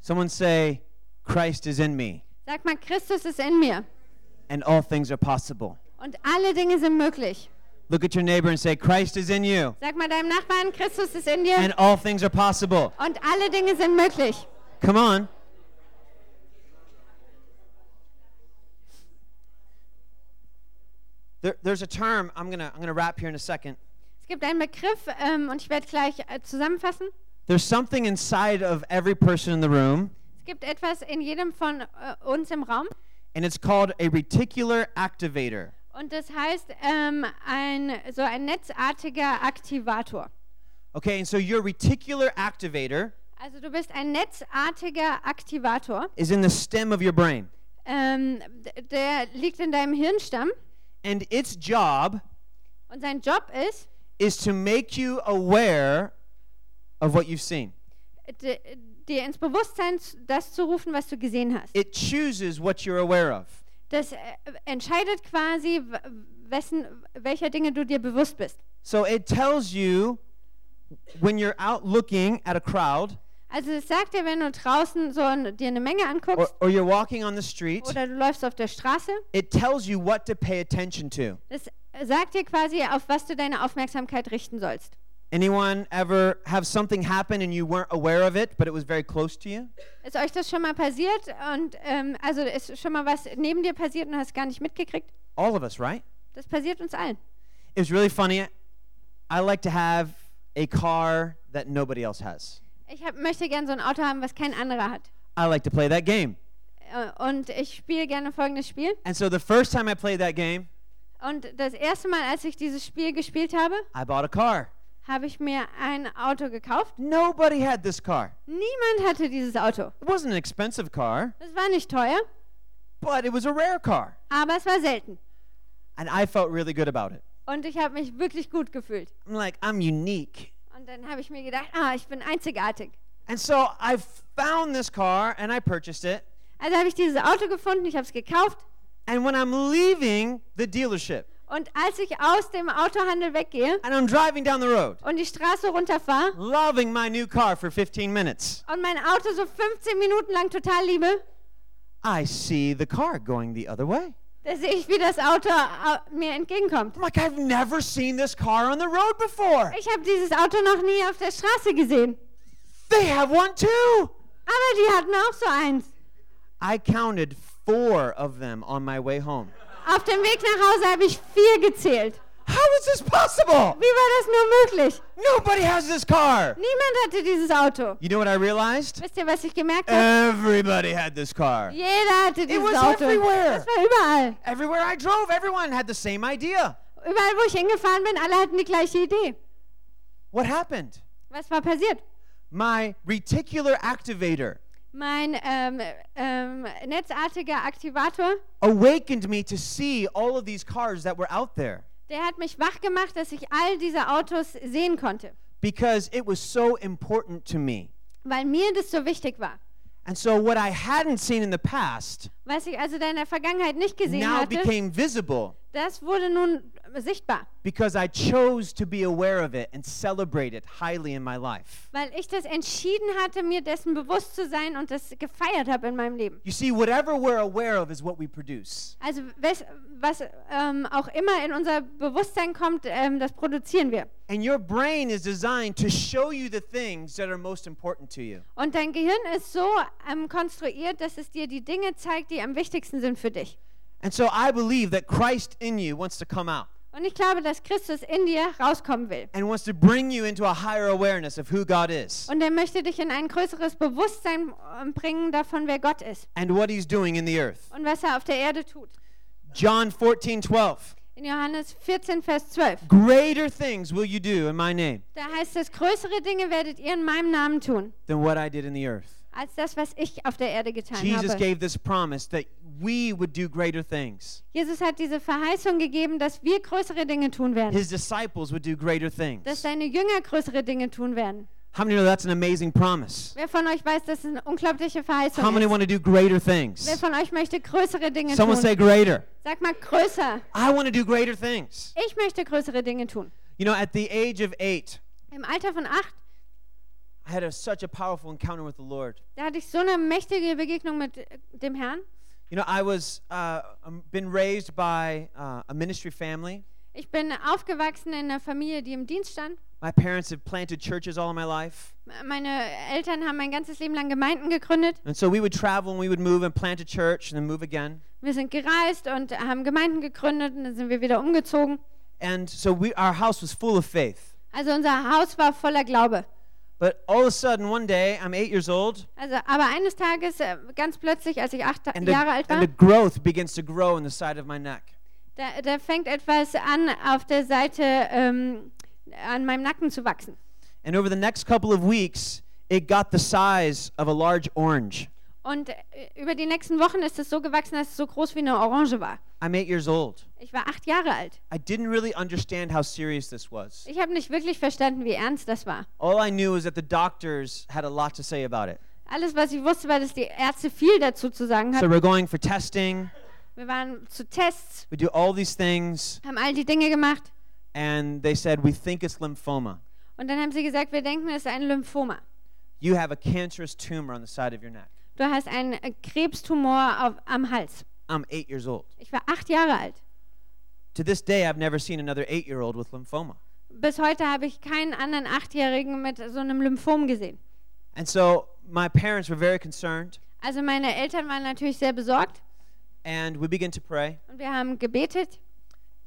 C: Someone say, Christ is in me,
B: Sag mal, Christus ist in mir
C: and all things are possible.
B: und alle Dinge sind möglich.
C: Look at your neighbor and say, Christ is in you,
B: Sag mal deinem Nachbarn, Christus ist in
C: and
B: dir
C: all things are possible.
B: und alle Dinge sind möglich.
C: Come on. There, there's a term I'm gonna I'm gonna wrap here in a second.
B: Es gibt einen Begriff ähm, und ich werde gleich äh, zusammenfassen.
C: There's something inside of every person in the room,
B: Es gibt etwas in jedem von äh, uns im Raum
C: and it's called a reticular activator.
B: und das heißt ähm, ein, so ein netzartiger Aktivator.
C: Okay, and so your reticular activator
B: Also du bist ein netzartiger Aktivator.
C: is in the stem of your brain,
B: Ähm, d- der liegt in deinem Hirnstamm
C: and its job
B: und sein Job ist,
C: is to make you aware of what you've seen.
B: d- dir ins Bewusstsein z- das zu rufen, was du gesehen hast.
C: It chooses what you're aware of.
B: Das äh, entscheidet quasi, w- wessen, welcher Dinge du dir bewusst bist.
C: So it tells you when you're out looking at a crowd
B: Also es sagt dir, wenn du draußen so n- dir eine Menge
C: or,
B: anguckst
C: or you're walking on the street,
B: oder du läufst auf der Straße,
C: it tells you what to pay attention to.
B: es äh, sagt dir quasi, auf was du deine Aufmerksamkeit richten sollst.
C: Anyone ever have something happen and you weren't aware of it, but it was very close to you?
B: Ist euch das schon mal passiert? Und ähm, also ist schon mal was neben dir passiert und hast gar nicht mitgekriegt?
C: All of us, right?
B: Das passiert uns allen.
C: It was really funny. I like to have a car that nobody else has.
B: Ich hab, möchte gerne so ein Auto haben, was kein anderer hat.
C: I like to play that game.
B: Äh, Und ich spiele gerne folgendes Spiel.
C: And so the first time I played that game,
B: Und das erste Mal, als ich dieses Spiel gespielt habe,
C: I bought a car.
B: habe ich mir ein Auto gekauft.
C: Nobody had this car.
B: Niemand hatte dieses Auto.
C: It wasn't an expensive car,
B: Es war nicht teuer,
C: but it was a rare car.
B: aber es war selten.
C: And I felt really good about it.
B: Und ich habe mich wirklich gut gefühlt.
C: I'm like, I'm unique.
B: Und dann habe ich mir gedacht, ah, ich bin einzigartig.
C: And so I found this car and I purchased it.
B: Also habe ich dieses Auto gefunden, ich habe es gekauft.
C: And when I'm leaving the dealership
B: Und als ich aus dem Autohandel weggehe
C: and I'm driving down the road,
B: und die Straße runterfahre
C: loving my new car for 15 minutes,
B: und mein Auto so 15 Minuten lang total liebe,
C: I see the car going the other way.
B: da sehe ich, wie das Auto au- mir entgegenkommt.
C: I'm like, I've never seen this car on the road before.
B: Ich habe dieses Auto noch nie auf der Straße gesehen.
C: They have one too.
B: Aber die hatten auch so eins.
C: I counted four of them on my way home.
B: Auf dem Weg nach Hause habe ich vier gezählt.
C: How is this possible?
B: Wie war das nur möglich?
C: Nobody has this car.
B: Niemand hatte dieses Auto.
C: You know what I realized?
B: Wisst ihr, was ich gemerkt habe?
C: Everybody had this car.
B: Jeder hatte dieses
C: Äh, was
B: Auto.
C: everywhere.
B: Das war überall.
C: Everywhere I drove, everyone had the same idea.
B: Überall, wo ich hingefahren bin, alle hatten die gleiche Idee.
C: What happened?
B: Was war passiert?
C: My reticular activator
B: Mein ähm, ähm, netzartiger Aktivator,
C: awakened me to see all of these cars that were out there
B: der hat mich wach gemacht, dass ich all diese Autos sehen konnte,
C: because it was so important to me.
B: weil mir das so wichtig war.
C: And so, what I hadn't seen in the past
B: Was ich also da in der Vergangenheit nicht gesehen
C: now
B: hatte,
C: became visible
B: das wurde nun sichtbar,
C: because I chose to be aware of it and celebrate it highly in my life.
B: weil ich das entschieden hatte, mir dessen bewusst zu sein und das gefeiert habe in meinem Leben.
C: You see, whatever we're aware of is what we produce.
B: Also wes, was ähm, auch immer in unser Bewusstsein kommt, ähm, das produzieren wir.
C: And your brain is designed to show you the things that are most important to you.
B: Und dein Gehirn ist so ähm, konstruiert, dass es dir die Dinge zeigt, die am wichtigsten sind für dich.
C: And so, I believe that Christ in you wants to come out
B: Und ich glaube, dass Christus in dir rauskommen will.
C: and wants to bring you into a higher awareness of who God is
B: Und er möchte dich in ein größeres Bewusstsein äh, bringen davon, wer Gott ist
C: and what He's doing in the earth.
B: und was er auf der Erde tut.
C: John 14, 12.
B: In Johannes 14, Vers 12.
C: Greater things will you do in my name
B: Da heißt es, größere Dinge werdet ihr in meinem Namen tun,
C: than what I did in the earth.
B: als das, was ich auf der Erde getan
C: Jesus
B: habe.
C: gave this promise that we would do greater things.
B: Jesus hat diese Verheißung gegeben, dass wir größere Dinge tun werden,
C: His disciples would do greater
B: dass
C: things.
B: seine Jünger größere Dinge tun werden.
C: How many know that's an amazing promise?
B: Wer von euch weiß, dass es eine unglaubliche Verheißung
C: How many
B: ist?
C: want to do greater
B: Wer
C: things?
B: von euch möchte größere Dinge
C: Someone
B: tun?
C: say greater.
B: Sag mal größer.
C: I want to do greater things.
B: Ich möchte größere Dinge tun.
C: You know, at the age of eight,
B: Im Alter von acht
C: I had a, such a powerful encounter with the Lord.
B: Da hatte ich so eine mächtige Begegnung mit äh, dem Herrn.
C: You know, I was uh, um, been raised by uh, a ministry family.
B: Ich bin aufgewachsen in einer Familie, die im Dienst stand.
C: My parents have planted churches all of my life.
B: M- Meine Eltern haben mein ganzes Leben lang Gemeinden gegründet.
C: And so we would travel and we would move and plant a church and then move again.
B: Wir sind gereist und haben Gemeinden gegründet und dann sind wir wieder umgezogen.
C: And so we, our house was full of faith.
B: Also unser Haus war voller Glaube.
C: But all of a sudden, one day, I'm eight years old,
B: Also, aber eines Tages, äh, ganz plötzlich, als ich acht Ta-
C: and the,
B: Jahre alt war,
C: and the growth begins to grow in the side of my neck.
B: da, da fängt etwas an, auf der Seite ähm, an meinem Nacken zu wachsen.
C: And over the next couple of weeks, it got the size of a large orange.
B: Und äh, über die nächsten Wochen ist es so gewachsen, dass es so groß wie eine Orange war.
C: I'm eight years old.
B: Ich war acht Jahre alt.
C: I didn't really understand how serious this was.
B: Ich habe nicht wirklich verstanden, wie ernst das war.
C: All I knew was that the doctors had a lot to say about it.
B: Alles, was ich wusste, war, dass die Ärzte viel dazu zu sagen
C: So
B: hatten.
C: we're going for testing.
B: Wir waren zu Tests,
C: We do all these things,
B: haben all die Dinge gemacht
C: and they said, We think it's lymphoma.
B: und dann haben sie gesagt, wir denken, es ist ein Lymphoma.
C: You have a cancerous tumor on the side of your neck.
B: Du hast einen äh, Krebstumor auf, am Hals.
C: I'm eight years old.
B: Ich war acht Jahre alt.
C: To this day, I've never seen another eight year old with lymphoma.
B: Bis heute habe ich keinen anderen Achtjährigen mit so einem Lymphom gesehen.
C: And so my parents were very concerned,
B: Also meine Eltern waren natürlich sehr besorgt
C: and we began to pray.
B: und wir haben gebetet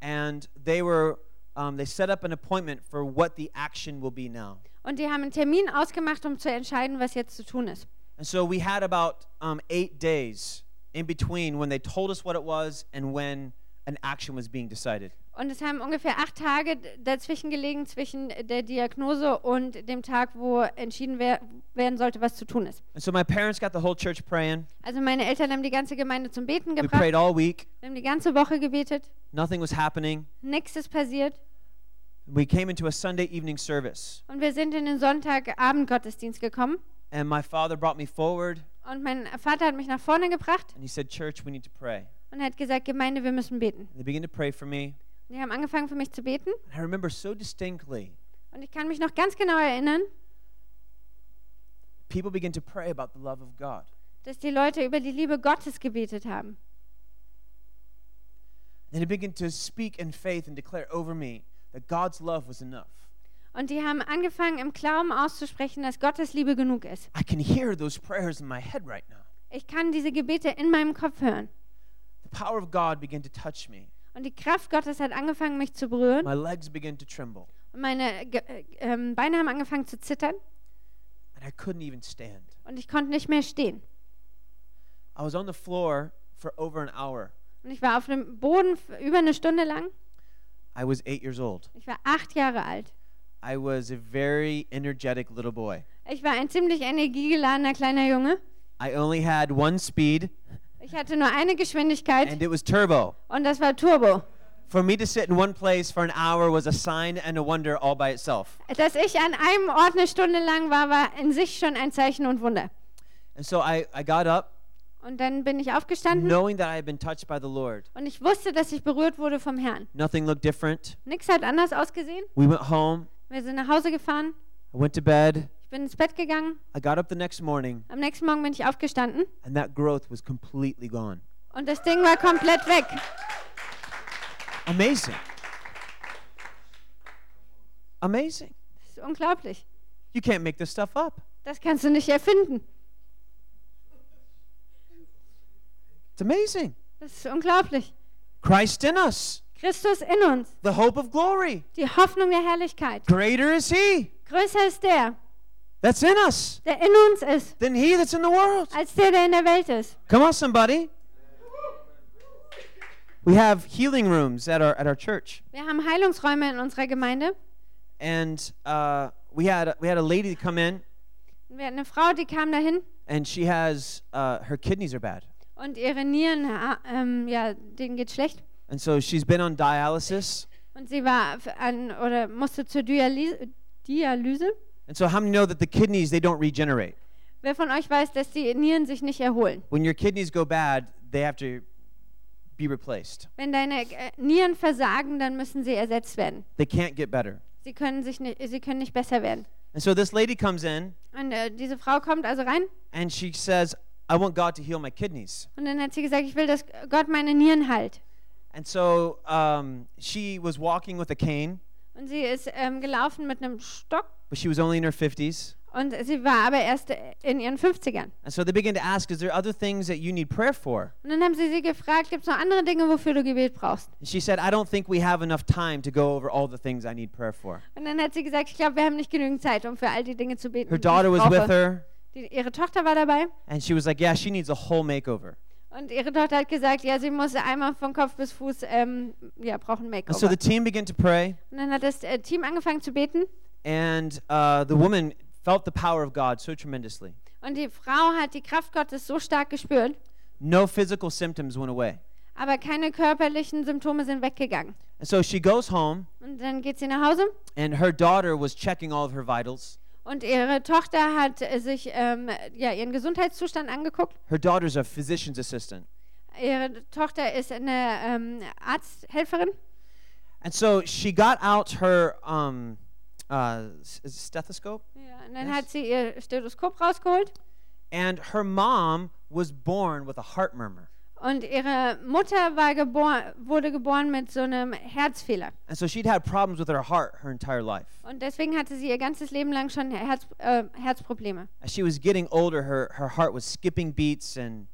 C: And they were, um, they set up an appointment for what the action will be now.
B: und die haben einen Termin ausgemacht, um zu entscheiden, was jetzt zu tun ist.
C: And so we had about um, eight days in between when they told us what it was and when an action was being decided.
B: Und es haben ungefähr acht Tage d- dazwischen gelegen, zwischen der Diagnose und dem Tag, wo entschieden wer werden sollte, was zu tun ist.
C: And so my parents got the whole church praying.
B: Also meine Eltern haben die ganze Gemeinde zum Beten
C: We
B: gebracht,
C: prayed all week.
B: wir haben die ganze Woche gebetet,
C: Nothing was happening.
B: nichts ist passiert.
C: We came into a Sunday evening service,
B: Und wir sind in den Sonntagabendgottesdienst gekommen.
C: and my father brought me forward
B: Und mein Vater hat mich nach vorne gebracht
C: and he said, Church, we need to pray.
B: und hat gesagt, Gemeinde, wir müssen beten.
C: And they began to pray for me.
B: Und die haben angefangen für mich zu beten.
C: And I remember so distinctly,
B: Und ich kann mich noch ganz genau erinnern,
C: people began to pray about the love of God.
B: dass die Leute über die Liebe Gottes gebetet haben.
C: And they began to speak in faith and declare over me that God's love was enough.
B: Und die haben angefangen, im Glauben auszusprechen, dass Gottes Liebe genug ist.
C: I can hear those prayers in my head right now.
B: Ich kann diese Gebete in meinem Kopf hören.
C: The power of God began to touch me.
B: Und die Kraft Gottes hat angefangen, mich zu berühren.
C: My legs began to tremble,
B: Und meine Ge äh, ähm, Beine haben angefangen zu zittern.
C: and I couldn't even stand.
B: Und ich konnte nicht mehr stehen.
C: I was on the floor for over an hour.
B: Und ich war auf dem Boden f- über eine Stunde lang.
C: I was eight years old.
B: Ich war acht Jahre alt.
C: I was a very energetic little boy.
B: Ich war ein ziemlich energiegeladener kleiner Junge.
C: I only had one speed,
B: Ich hatte nur eine Geschwindigkeit
C: and it was turbo.
B: und das war Turbo.
C: For me to sit in one place for an hour was a sign and a wonder all by itself.
B: Dass ich an einem Ort eine Stunde lang war, war in sich schon ein Zeichen und Wunder.
C: And so I, I got up
B: Und dann bin ich aufgestanden
C: knowing that I had been touched by the Lord.
B: und ich wusste, dass ich berührt wurde vom Herrn.
C: Nothing looked different.
B: Nix hat anders ausgesehen.
C: We went home.
B: Wir sind nach Hause gefahren.
C: I went to bed.
B: Ich bin ins Bett gegangen.
C: I got up the next morning,
B: Am nächsten Morgen bin ich aufgestanden
C: and that growth was completely gone.
B: und das Ding war komplett weg.
C: Amazing. Amazing.
B: Das ist unglaublich.
C: You can't make this stuff up.
B: Das kannst du nicht erfinden.
C: It's amazing.
B: Das ist unglaublich.
C: Christ in us,
B: Christus in uns,
C: the hope of glory.
B: die Hoffnung der Herrlichkeit.
C: Greater is He
B: Größer ist der,
C: that's in us
B: der in uns ist,
C: than He that's in the world.
B: als der, der in der Welt ist.
C: Come on, somebody. We have healing rooms at our at our church,
B: Wir haben Heilungsräume in unserer Gemeinde.
C: and uh, we had we had a lady come in,
B: Und Wir hatten eine Frau, die kam dahin
C: and she has uh, her kidneys are bad,
B: und ihre Nieren, ah, ähm, ja, denen geht schlecht.
C: and so she's been on dialysis.
B: Und sie war f- an oder musste zur Dialyse. Dialyse.
C: And so, how many know that the kidneys they don't regenerate?
B: Wer von euch weiß, dass die Nieren sich nicht erholen?
C: When your kidneys go bad, they have to be replaced.
B: Wenn deine äh, Nieren versagen, dann müssen sie ersetzt werden.
C: They can't get better.
B: Sie können sich nicht, sie können nicht besser werden.
C: And so, this lady comes in
B: Und äh, diese Frau kommt also rein
C: and she says, "I want God to heal my kidneys."
B: und dann hat sie gesagt, ich will, dass Gott meine Nieren heilt.
C: And so, um, she was walking with a cane,
B: Und sie ist ähm, gelaufen mit einem Stock
C: but she was only in her fifties.
B: und sie war aber erst äh, in ihren 50ern.
C: And so they begin to ask, Is there other things that you need prayer for?
B: Und dann haben sie sie gefragt, gibt es noch andere Dinge, wofür du Gebet brauchst?
C: And she said, I don't think we have enough time to go over all the things I need prayer for.
B: Und dann hat sie gesagt, ich glaube, wir haben nicht genügend Zeit, um für all die Dinge zu beten.
C: Her
B: die ich
C: daughter was
B: brauche.
C: with her,
B: Die, ihre Tochter war dabei
C: and she was like, Yeah, she needs a whole makeover.
B: und ihre Tochter hat gesagt, ja, sie muss einmal von Kopf bis Fuß, ähm, ja, braucht ein
C: And
B: Make-up.
C: so the team began to pray,
B: und dann hat das äh, Team angefangen zu beten
C: and uh, the woman felt the power of God so tremendously.
B: und die Frau hat die Kraft Gottes so stark gespürt,
C: No physical symptoms went away.
B: aber keine körperlichen Symptome sind weggegangen.
C: And so she goes home,
B: Und dann geht sie nach Hause
C: and her daughter was checking all of her vitals.
B: und ihre Tochter hat äh, sich ähm, ja, ihren Gesundheitszustand angeguckt.
C: Her daughter's a physician's assistant.
B: Ihre Tochter ist eine ähm, Arzthelferin.
C: And so she got out her um, uh, s- stethoscope.
B: Ja, und dann
C: Yes.
B: hat sie ihr Stethoskop rausgeholt
C: and her mom was born with a heart murmur.
B: und ihre Mutter war gebor wurde geboren mit so einem Herzfehler.
C: And so she'd had problems with her heart her entire life.
B: Und deswegen hatte sie ihr ganzes Leben lang schon Herz äh, Herzprobleme.
C: As she was getting older, her, her heart was skipping beats and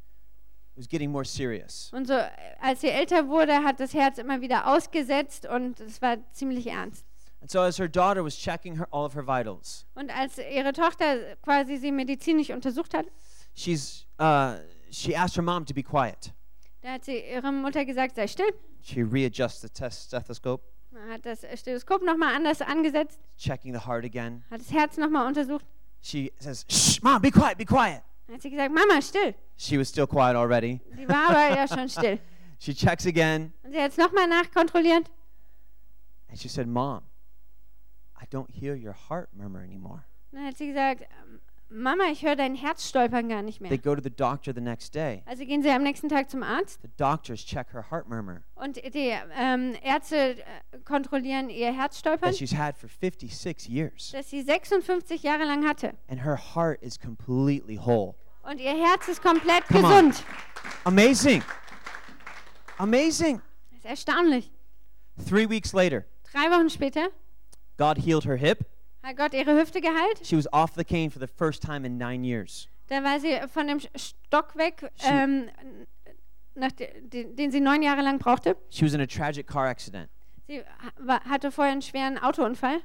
C: it was getting more serious.
B: Und so, äh, als sie älter wurde, hat das Herz immer wieder ausgesetzt und es war ziemlich ernst.
C: And so as her daughter was checking her, all of her vitals,
B: Und als ihre Tochter quasi sie medizinisch untersucht hat,
C: she's, uh, she asked her mom to be quiet.
B: Da hat sie ihrer Mutter gesagt, sei still.
C: She readjusts the test stethoscope,
B: Man hat das Stethoskop nochmal anders angesetzt,
C: checking the heart again.
B: hat das Herz nochmal untersucht.
C: She says, Shh, mom, be quiet, be quiet.
B: Dann hat sie gesagt, Mama, still.
C: She was still quiet already.
B: Sie war aber ja schon still.
C: She checks again
B: Und sie hat es nochmal nachkontrolliert.
C: and she said, Mom, I don't hear your heart murmur anymore.
B: Dann hat sie gesagt, "Ähm, Mama, ich höre dein Herz stolpern gar nicht
C: They
B: mehr.
C: go to the doctor the next day.
B: Also gehen sie am nächsten Tag zum Arzt
C: The doctors check her heart murmur
B: und die ähm, Ärzte äh, kontrollieren ihr Herzstolpern,
C: that she's had for 56 years.
B: das sie 56 Jahre lang hatte.
C: And her heart is completely whole.
B: Und ihr Herz ist komplett
C: Come on.
B: gesund.
C: Amazing. Amazing.
B: Das ist erstaunlich.
C: Three weeks later,
B: Drei Wochen später
C: God healed her hip.
B: hat Gott ihre Hüfte geheilt.
C: She was off the cane for the first time in nine years.
B: Da war sie von dem Sch- Stock weg, ähm, nach de, den, den sie neun Jahre lang brauchte.
C: She was in a tragic car accident.
B: Sie ha- war, hatte vorher einen schweren Autounfall.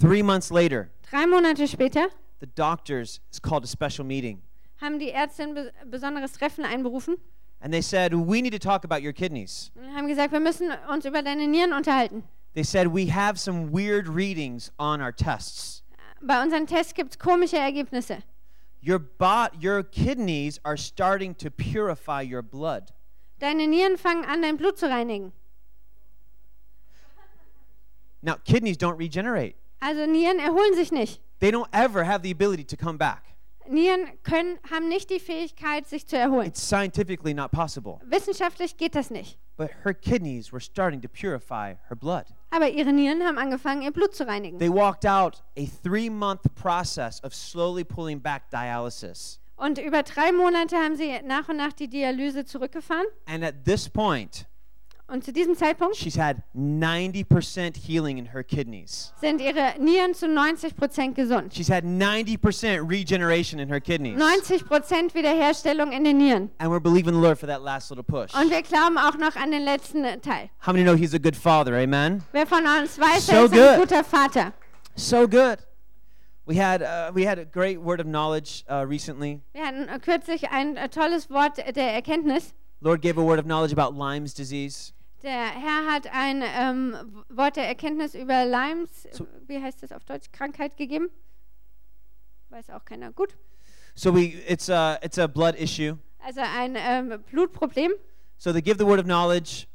C: Three months later,
B: Drei Monate später
C: the doctors called a special meeting
B: haben die Ärzte ein bes- besonderes Treffen einberufen
C: and they said, We need to talk about your kidneys.
B: und haben gesagt, wir müssen uns über deine Nieren unterhalten.
C: They said, We have some weird readings on our tests.
B: Bei unseren Tests gibt es komische Ergebnisse.
C: Your, bot, your kidneys are starting to purify your blood.
B: Deine Nieren fangen an, dein Blut zu reinigen.
C: Now, kidneys don't regenerate,
B: Also Nieren erholen sich nicht.
C: they don't ever have the ability to come back.
B: Nieren können, haben nicht die Fähigkeit, sich zu erholen.
C: It's scientifically not possible.
B: Wissenschaftlich geht das nicht.
C: But her kidneys were starting to purify her blood.
B: Aber ihre Nieren haben angefangen, ihr Blut zu reinigen.
C: They walked out a three month process of slowly pulling back dialysis.
B: Und über drei Monate haben sie nach und nach die Dialyse zurückgefahren.
C: And at this point,
B: Und zu diesem Zeitpunkt
C: she's had 90% healing in her kidneys.
B: sind ihre Nieren zu 90 Prozent gesund.
C: She's had 90% regeneration in her kidneys.
B: 90 Prozent Wiederherstellung in den Nieren.
C: And we're believing the Lord for that last little push.
B: Und wir glauben auch noch an den letzten äh, Teil.
C: How many know He's a good father? Amen?
B: Wer von uns weiß,
C: So
B: er ist ein
C: good.
B: guter Vater.
C: So good. We had, uh, we had a great word of knowledge uh, recently.
B: Wir hatten äh, kürzlich ein äh, tolles Wort äh, der Erkenntnis.
C: Lord gave a word of knowledge about Lyme's disease.
B: Der Herr hat ein ähm, Wort der Erkenntnis über Lymes,
C: So-
B: wie heißt das auf Deutsch, Krankheit gegeben. Weiß auch keiner. Gut.
C: So we, it's, a, it's a blood issue.
B: Also ein ähm, Blutproblem.
C: So they give the word of knowledge.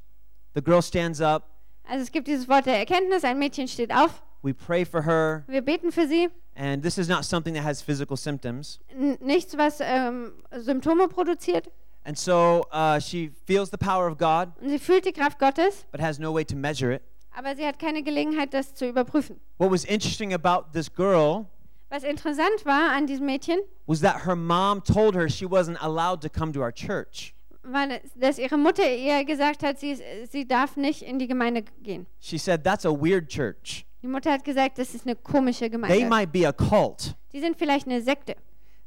C: The girl stands up.
B: Also es gibt dieses Wort der Erkenntnis. Ein Mädchen steht auf.
C: We pray for her.
B: Wir beten für sie.
C: And this is not something that has physical symptoms.
B: N nichts, was ähm, Symptome produziert.
C: And so uh, she feels the power of God,
B: Und sie fühlt die Kraft Gottes,
C: but has no way to measure it.
B: aber sie hat keine Gelegenheit, das zu überprüfen.
C: What was interesting about this girl
B: Was interessant war an diesem Mädchen,
C: was that her mom told her she wasn't allowed to come to our church.
B: war, dass- dass ihre Mutter ihr gesagt hat, sie, ist- sie darf nicht in die Gemeinde gehen.
C: She said, That's a weird church.
B: Die Mutter hat gesagt, das ist eine komische
C: They
B: Gemeinde.
C: might be a cult.
B: Die sind vielleicht eine Sekte.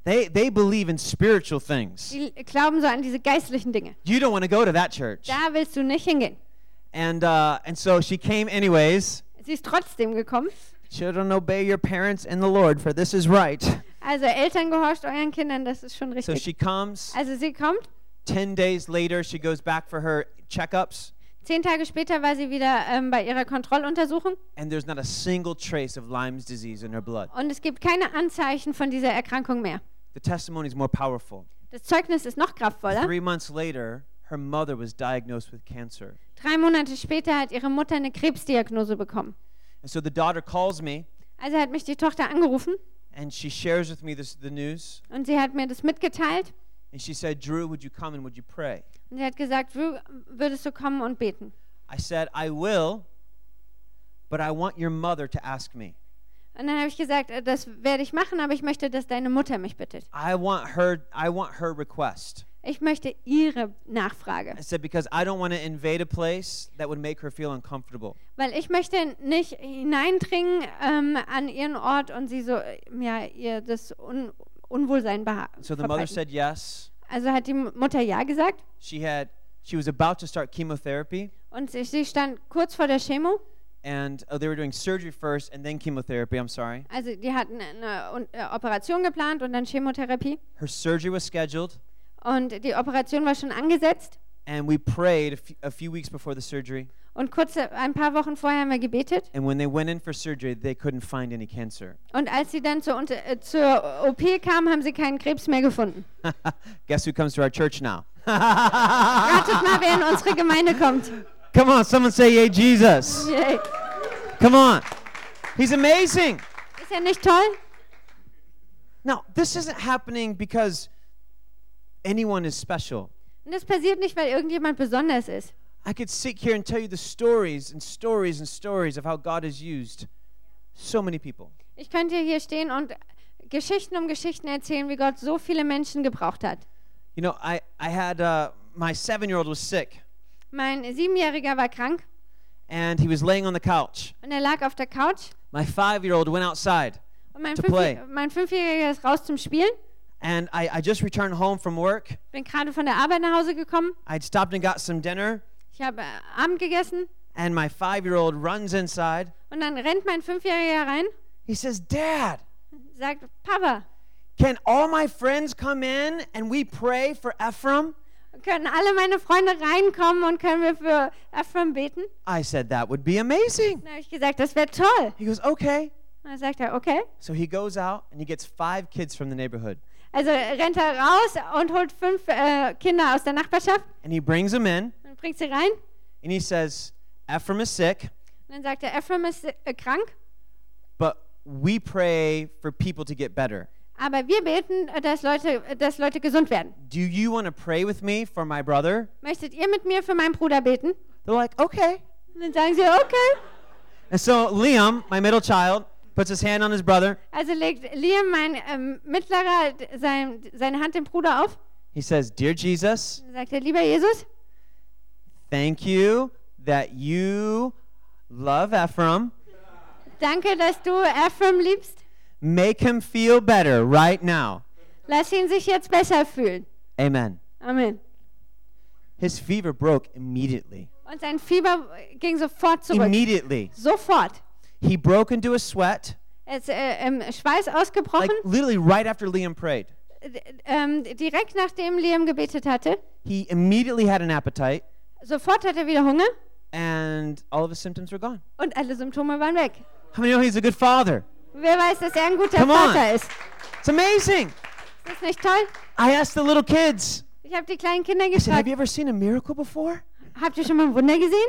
C: They, they believe in spiritual things.
B: Die glauben so an diese geistlichen Dinge.
C: You don't want to go to that church.
B: Da willst du nicht hingehen.
C: And, uh, and so she came, anyways.
B: Sie ist trotzdem gekommen.
C: Children, obey your parents and the Lord, for this is right.
B: Also Eltern gehorcht euren Kindern, das ist schon
C: So
B: richtig.
C: she comes.
B: Also sie kommt.
C: 10 days later, she goes back for her checkups,
B: Zehn Tage später war sie wieder ähm, bei ihrer Kontrolluntersuchung
C: and there's not a single trace of Lyme's disease in her blood.
B: und es gibt keine Anzeichen von dieser Erkrankung mehr.
C: The testimony is more powerful.
B: Das Zeugnis ist noch kraftvoller.
C: Three months later, her mother was diagnosed with cancer.
B: Drei Monate später hat ihre Mutter eine Krebsdiagnose bekommen.
C: And so the daughter calls me,
B: Also hat mich die Tochter angerufen
C: and she shares with me this, the news.
B: und sie hat mir das mitgeteilt
C: And she said, Drew, would you come and would you pray?
B: und sie hat gesagt, Drew, würdest du kommen und beten?
C: I said, I will, but I want your mother to ask me.
B: Und dann habe ich gesagt, äh, das werde ich machen, aber ich möchte, dass deine Mutter mich bittet.
C: I want her, I want her request.
B: Ich möchte ihre Nachfrage,
C: I said, because I don't want to invade a place that would make her feel uncomfortable.
B: weil ich möchte nicht hineindringen ähm, an ihren Ort und sie so, äh, ja, ihr das Un Unwohlsein behagen.
C: So the mother said yes.
B: also hat die M- Mutter ja gesagt
C: She had she was about to start chemotherapy,
B: und sie, sie stand kurz vor der Chemo.
C: and oh, they were doing surgery first and then chemotherapy. I'm sorry.
B: Also die hatten eine, eine Un- äh, Operation geplant und dann Chemotherapie.
C: Her surgery was scheduled,
B: und die Operation war schon angesetzt.
C: And we prayed a few- a few weeks before the surgery.
B: Und kurz äh, ein paar Wochen vorher haben wir gebetet.
C: And when they went in for surgery, they couldn't find any cancer. [laughs]
B: Und als sie dann zur, Unter äh, zur OP kamen, haben sie keinen Krebs mehr gefunden.
C: Guess who comes to our church now?
B: Ratet mal, wer in unsere Gemeinde kommt.
C: Come on, someone say, Yay, Jesus.
B: Yay.
C: Come on. He's amazing.
B: Ist ja nicht toll?
C: Now, this isn't happening because anyone is special.
B: Und das passiert nicht, weil irgendjemand besonders ist.
C: I could sit here and tell you the stories and stories and stories of how God has used so many people.
B: Ich könnte hier stehen und Geschichten um Geschichten erzählen, wie Gott so viele Menschen gebraucht hat.
C: You know, I, I had uh, my seven year old was sick
B: Mein Siebenjähriger war krank
C: and he was laying on the couch.
B: und er lag auf der Couch.
C: My five year old went outside
B: Und mein,
C: To
B: Fünfjäh-
C: play.
B: mein Fünfjähriger ist raus zum Spielen.
C: and I, I just returned home from work.
B: Bin gerade von der Arbeit nach Hause gekommen.
C: I'd stopped and got some dinner
B: Ich habe äh, Abend gegessen
C: and my five year old runs inside.
B: und dann rennt mein Fünfjähriger rein,
C: He says, Dad,
B: sagt Papa,
C: can all my friends come in and we pray for Ephraim?
B: können alle meine Freunde reinkommen und können wir für Ephraim beten?
C: I said, That would be amazing.
B: Dann habe ich gesagt, das wäre toll.
C: He goes, Okay.
B: Und dann sagt er, okay.
C: So he goes out and he gets five kids from the neighborhood
B: Also rennt er raus und holt fünf äh, Kinder aus der Nachbarschaft
C: and he brings them in
B: und bringt sie rein.
C: and he says, Ephraim is sick,
B: Und dann sagt er, Ephraim ist äh, krank,
C: but we pray for people to get better.
B: aber wir beten, äh, dass Leute, äh, dass Leute gesund werden.
C: Do you want to pray with me for my brother?
B: Möchtet ihr mit mir für meinen Bruder beten?
C: They're like, Okay.
B: Und dann sagen sie, okay.
C: And so Liam, my middle child, puts his hand on his brother.
B: Also legt Liam, mein ähm, Mittlerer, d- sein, seine Hand dem Bruder auf.
C: He says, Dear Jesus,
B: Dann sagt er, lieber Jesus,
C: Thank you that you love Ephraim.
B: danke, dass du Ephraim liebst.
C: Make him feel better right now.
B: Lass ihn sich jetzt besser fühlen.
C: Amen.
B: Amen.
C: His fever broke immediately.
B: Und sein Fieber ging sofort zurück.
C: Immediately.
B: sofort.
C: He broke into a sweat,
B: Er ist äh, im Schweiß
C: like
B: ausgebrochen,
C: literally right after Liam prayed.
B: d- ähm, direkt nachdem Liam gebetet hatte.
C: He immediately had an appetite,
B: Sofort hat er wieder Hunger
C: and all of his symptoms were gone.
B: und alle Symptome waren weg.
C: How many know he's a good father?
B: Wer weiß, dass er ein guter
C: Come on.
B: Vater ist.
C: It's amazing.
B: Ist das nicht toll?
C: I asked the little kids,
B: Ich habe die kleinen Kinder
C: I said, Have
B: gefragt,
C: you ever seen a miracle before?
B: habt ihr schon mal ein Wunder gesehen?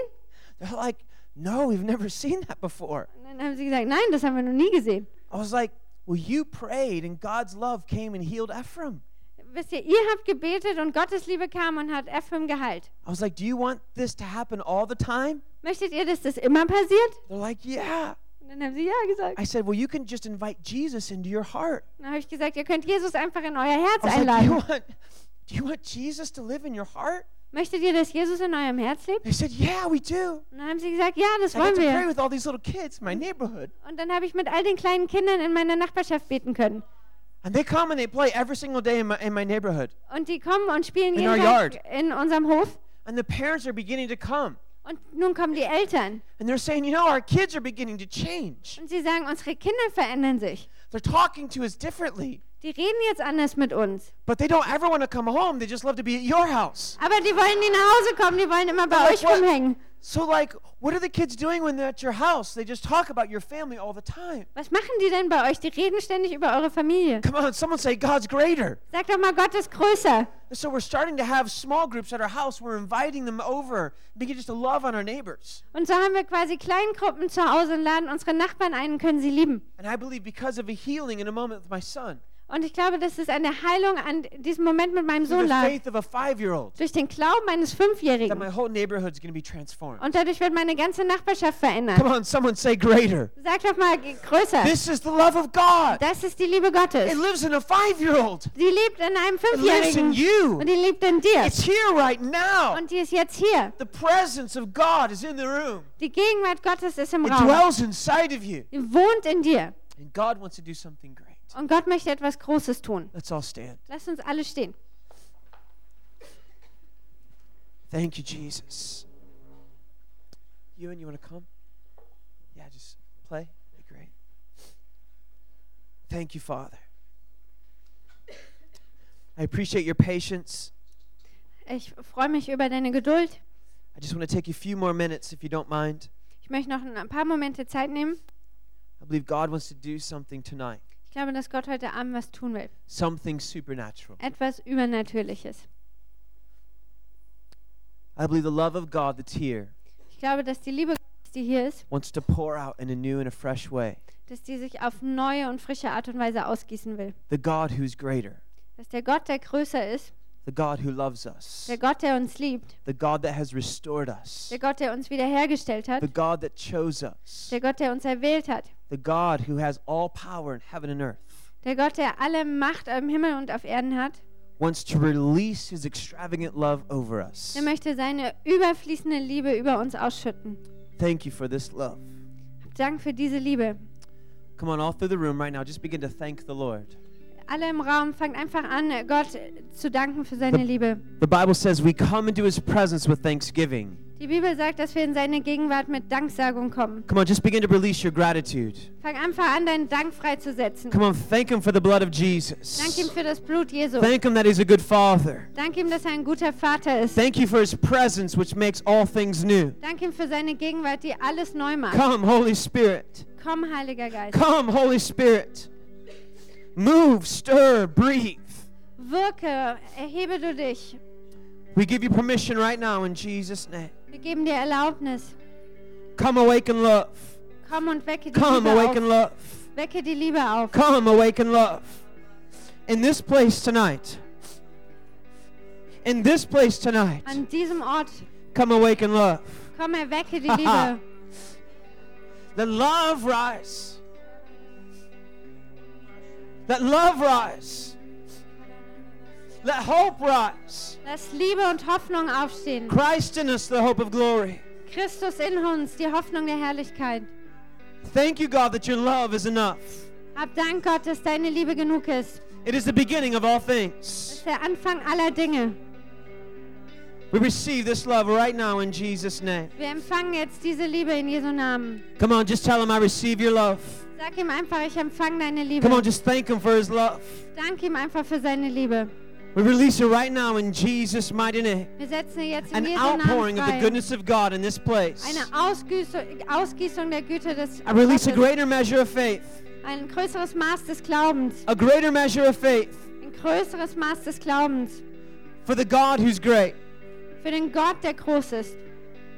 C: They're like, No, we've never [laughs] seen that before.
B: Und dann haben sie gesagt, nein, das haben wir noch nie gesehen.
C: I was like, Well, you prayed, and God's love came and healed Ephraim.
B: Wisst ihr, ihr habt gebetet und Gottes Liebe kam und hat Ephraim geheilt.
C: I was like, Do you want this to happen all the time?
B: Möchtet ihr, dass das immer passiert?
C: They're like, Yeah.
B: Und dann haben sie ja gesagt.
C: I said, Well, you can just invite Jesus into your heart.
B: Dann habe ich gesagt, ihr könnt Jesus einfach in euer Herz
C: I was like, do you,
B: einladen.
C: want, do you want Jesus to live in your heart?
B: Möchtet ihr, dass Jesus in eurem Herz lebt?
C: They said, Yeah, we do.
B: Und dann haben sie gesagt, ja, das
C: I got
B: wollen
C: to pray
B: wir.
C: with all these little kids in my neighborhood.
B: Und dann habe ich mit all den kleinen Kindern in meiner Nachbarschaft beten können.
C: And they come and they play every single day in my, in my neighborhood.
B: Und die kommen und spielen
C: In
B: jeden
C: our
B: Tag in unserem Hof.
C: And the parents are beginning to come.
B: Und nun kommen die Eltern.
C: And they're saying, You know, our kids are beginning to change.
B: Und sie sagen, unsere Kinder verändern sich.
C: They're talking to us differently.
B: Die reden jetzt anders mit uns.
C: But they don't ever want to come home. They just love to be at your house.
B: Aber die wollen nie nach Hause kommen, die wollen immer bei
C: Aber
B: euch
C: what-
B: rumhängen.
C: So, like, what are the kids doing when they're at your house? They just talk about your family all the time.
B: Was machen die denn bei euch? Die reden ständig über eure Familie.
C: Come on, someone say God's greater.
B: Sag doch mal, Gott ist größer.
C: So we're starting to have small groups at our house. We're inviting them over, begin just to love on our neighbors.
B: Und so haben wir quasi Kleingruppen zu Hause und laden unsere Nachbarn ein und können sie lieben.
C: And I believe because of a healing in a moment with my son,
B: Und ich glaube, dass es an der Heilung, an diesem Moment mit meinem
C: through
B: Sohn
C: the
B: lag.
C: faith of a five-year-old,
B: Durch den Glauben eines
C: that
B: Fünfjährigen.
C: my whole neighborhood's going to be transformed.
B: Und dadurch wird meine ganze Nachbarschaft
C: Come
B: verändert.
C: on, someone say greater.
B: Sag doch mal, g- größer.
C: This is the love of God.
B: Das ist die Liebe
C: It
B: Gottes.
C: lives in a five-year-old.
B: Die lebt in einem
C: It lives in
B: Fünfjährigen. Und
C: you.
B: die lebt in dir.
C: It's here right now.
B: Und die ist jetzt hier.
C: The presence of God is in the room.
B: Die Gegenwart Gottes ist im
C: It
B: Raum.
C: dwells inside of you.
B: Die wohnt in dir.
C: And God wants to do something great.
B: Und Gott möchte etwas Großes tun.
C: Let's all stand.
B: Lass uns alle stehen.
C: Thank you, Jesus. You and you want to come? Yeah, just play. Be great. Thank you, Father. I appreciate your patience.
B: Ich freue mich über deine Geduld.
C: I just want to take you a few more minutes if you don't mind.
B: Ich möchte noch ein paar Momente Zeit nehmen.
C: I believe God wants to do something tonight,
B: Ich glaube, dass Gott heute Abend was tun will.
C: something supernatural.
B: Etwas Übernatürliches.
C: I believe the love of God that's here
B: Ich glaube, dass die Liebe Gottes, die hier ist,
C: wants to pour out in a new and a fresh way.
B: dass die sich auf neue und frische Art und Weise ausgießen will.
C: The God who's greater,
B: Dass der Gott, der größer ist,
C: the God who loves us,
B: der Gott, der uns liebt,
C: the God that has restored us,
B: der Gott, der uns wiederhergestellt hat,
C: the God that chose us,
B: der Gott, der uns erwählt hat,
C: the God who has all power in heaven and earth,
B: der Gott, der alle Macht im Himmel und auf Erden hat,
C: wants to release his extravagant love over us.
B: der möchte seine überfließende Liebe über uns ausschütten.
C: Thank you for this love.
B: Hab Dank für diese Liebe.
C: Come on, all through the room right now, just begin to thank the Lord.
B: Alle im Raum, fangt einfach an, Gott zu danken für seine Liebe.
C: The Bible says we come into his presence with thanksgiving.
B: Die Bibel sagt, dass wir in seine Gegenwart mit Danksagung kommen.
C: Come on, just begin to release your gratitude.
B: Fang einfach an, deinen Dank freizusetzen.
C: Come on, thank him for the blood of
B: Dank ihm
C: Jesus.
B: für das Blut Jesu.
C: Thank him that he's a good father.
B: Dank ihm, dass er ein guter Vater ist.
C: Thank you for his presence, which makes all things new.
B: Dank ihm für seine Gegenwart, die alles neu macht.
C: Come, Holy Spirit.
B: Komm, Heiliger Geist.
C: Come, Holy Spirit. Move, stir, breathe.
B: Wirke, erhebe du dich.
C: We give you permission right now in Jesus' name.
B: Wir geben dir Erlaubnis.
C: Come, awaken love.
B: Komm und wecke die
C: Come, awaken
B: Liebe auf.
C: love.
B: Wecke die Liebe auf.
C: Come, awaken love. In this place tonight, in this place tonight,
B: An diesem Ort,
C: come, awaken love.
B: komm, erwecke die
C: Haha.
B: Liebe.
C: Let love rise. Let love rise. Let hope rise.
B: Lass Liebe und Hoffnung aufstehen.
C: Christ in us, the hope of glory.
B: Christus in uns, die Hoffnung der Herrlichkeit.
C: Thank you, God, that your love is enough.
B: Hab Dank, Gott, dass deine Liebe genug ist.
C: It is the beginning of all
B: Das
C: things.
B: ist der Anfang aller Dinge.
C: We receive this love right now in Jesus' name.
B: Wir empfangen jetzt diese Liebe in Jesu Namen.
C: Come on, just tell him I receive your love.
B: Sag ihm einfach, ich empfange deine Liebe.
C: Come on, just thank him for his love.
B: Dank ihm einfach für seine Liebe.
C: We release it right now in Jesus' mighty name.
B: Wir setzen jetzt in
C: An
B: Jesu Namen
C: outpouring of the
B: frei.
C: goodness of God in this place.
B: Eine Ausgießung, Ausgießung der Güte des
C: I release a
B: Gottes.
C: greater measure of faith.
B: Ein größeres Maß des Glaubens.
C: A greater measure of faith
B: Ein größeres Maß des Glaubens.
C: for the God who's great.
B: Für den Gott, der groß ist.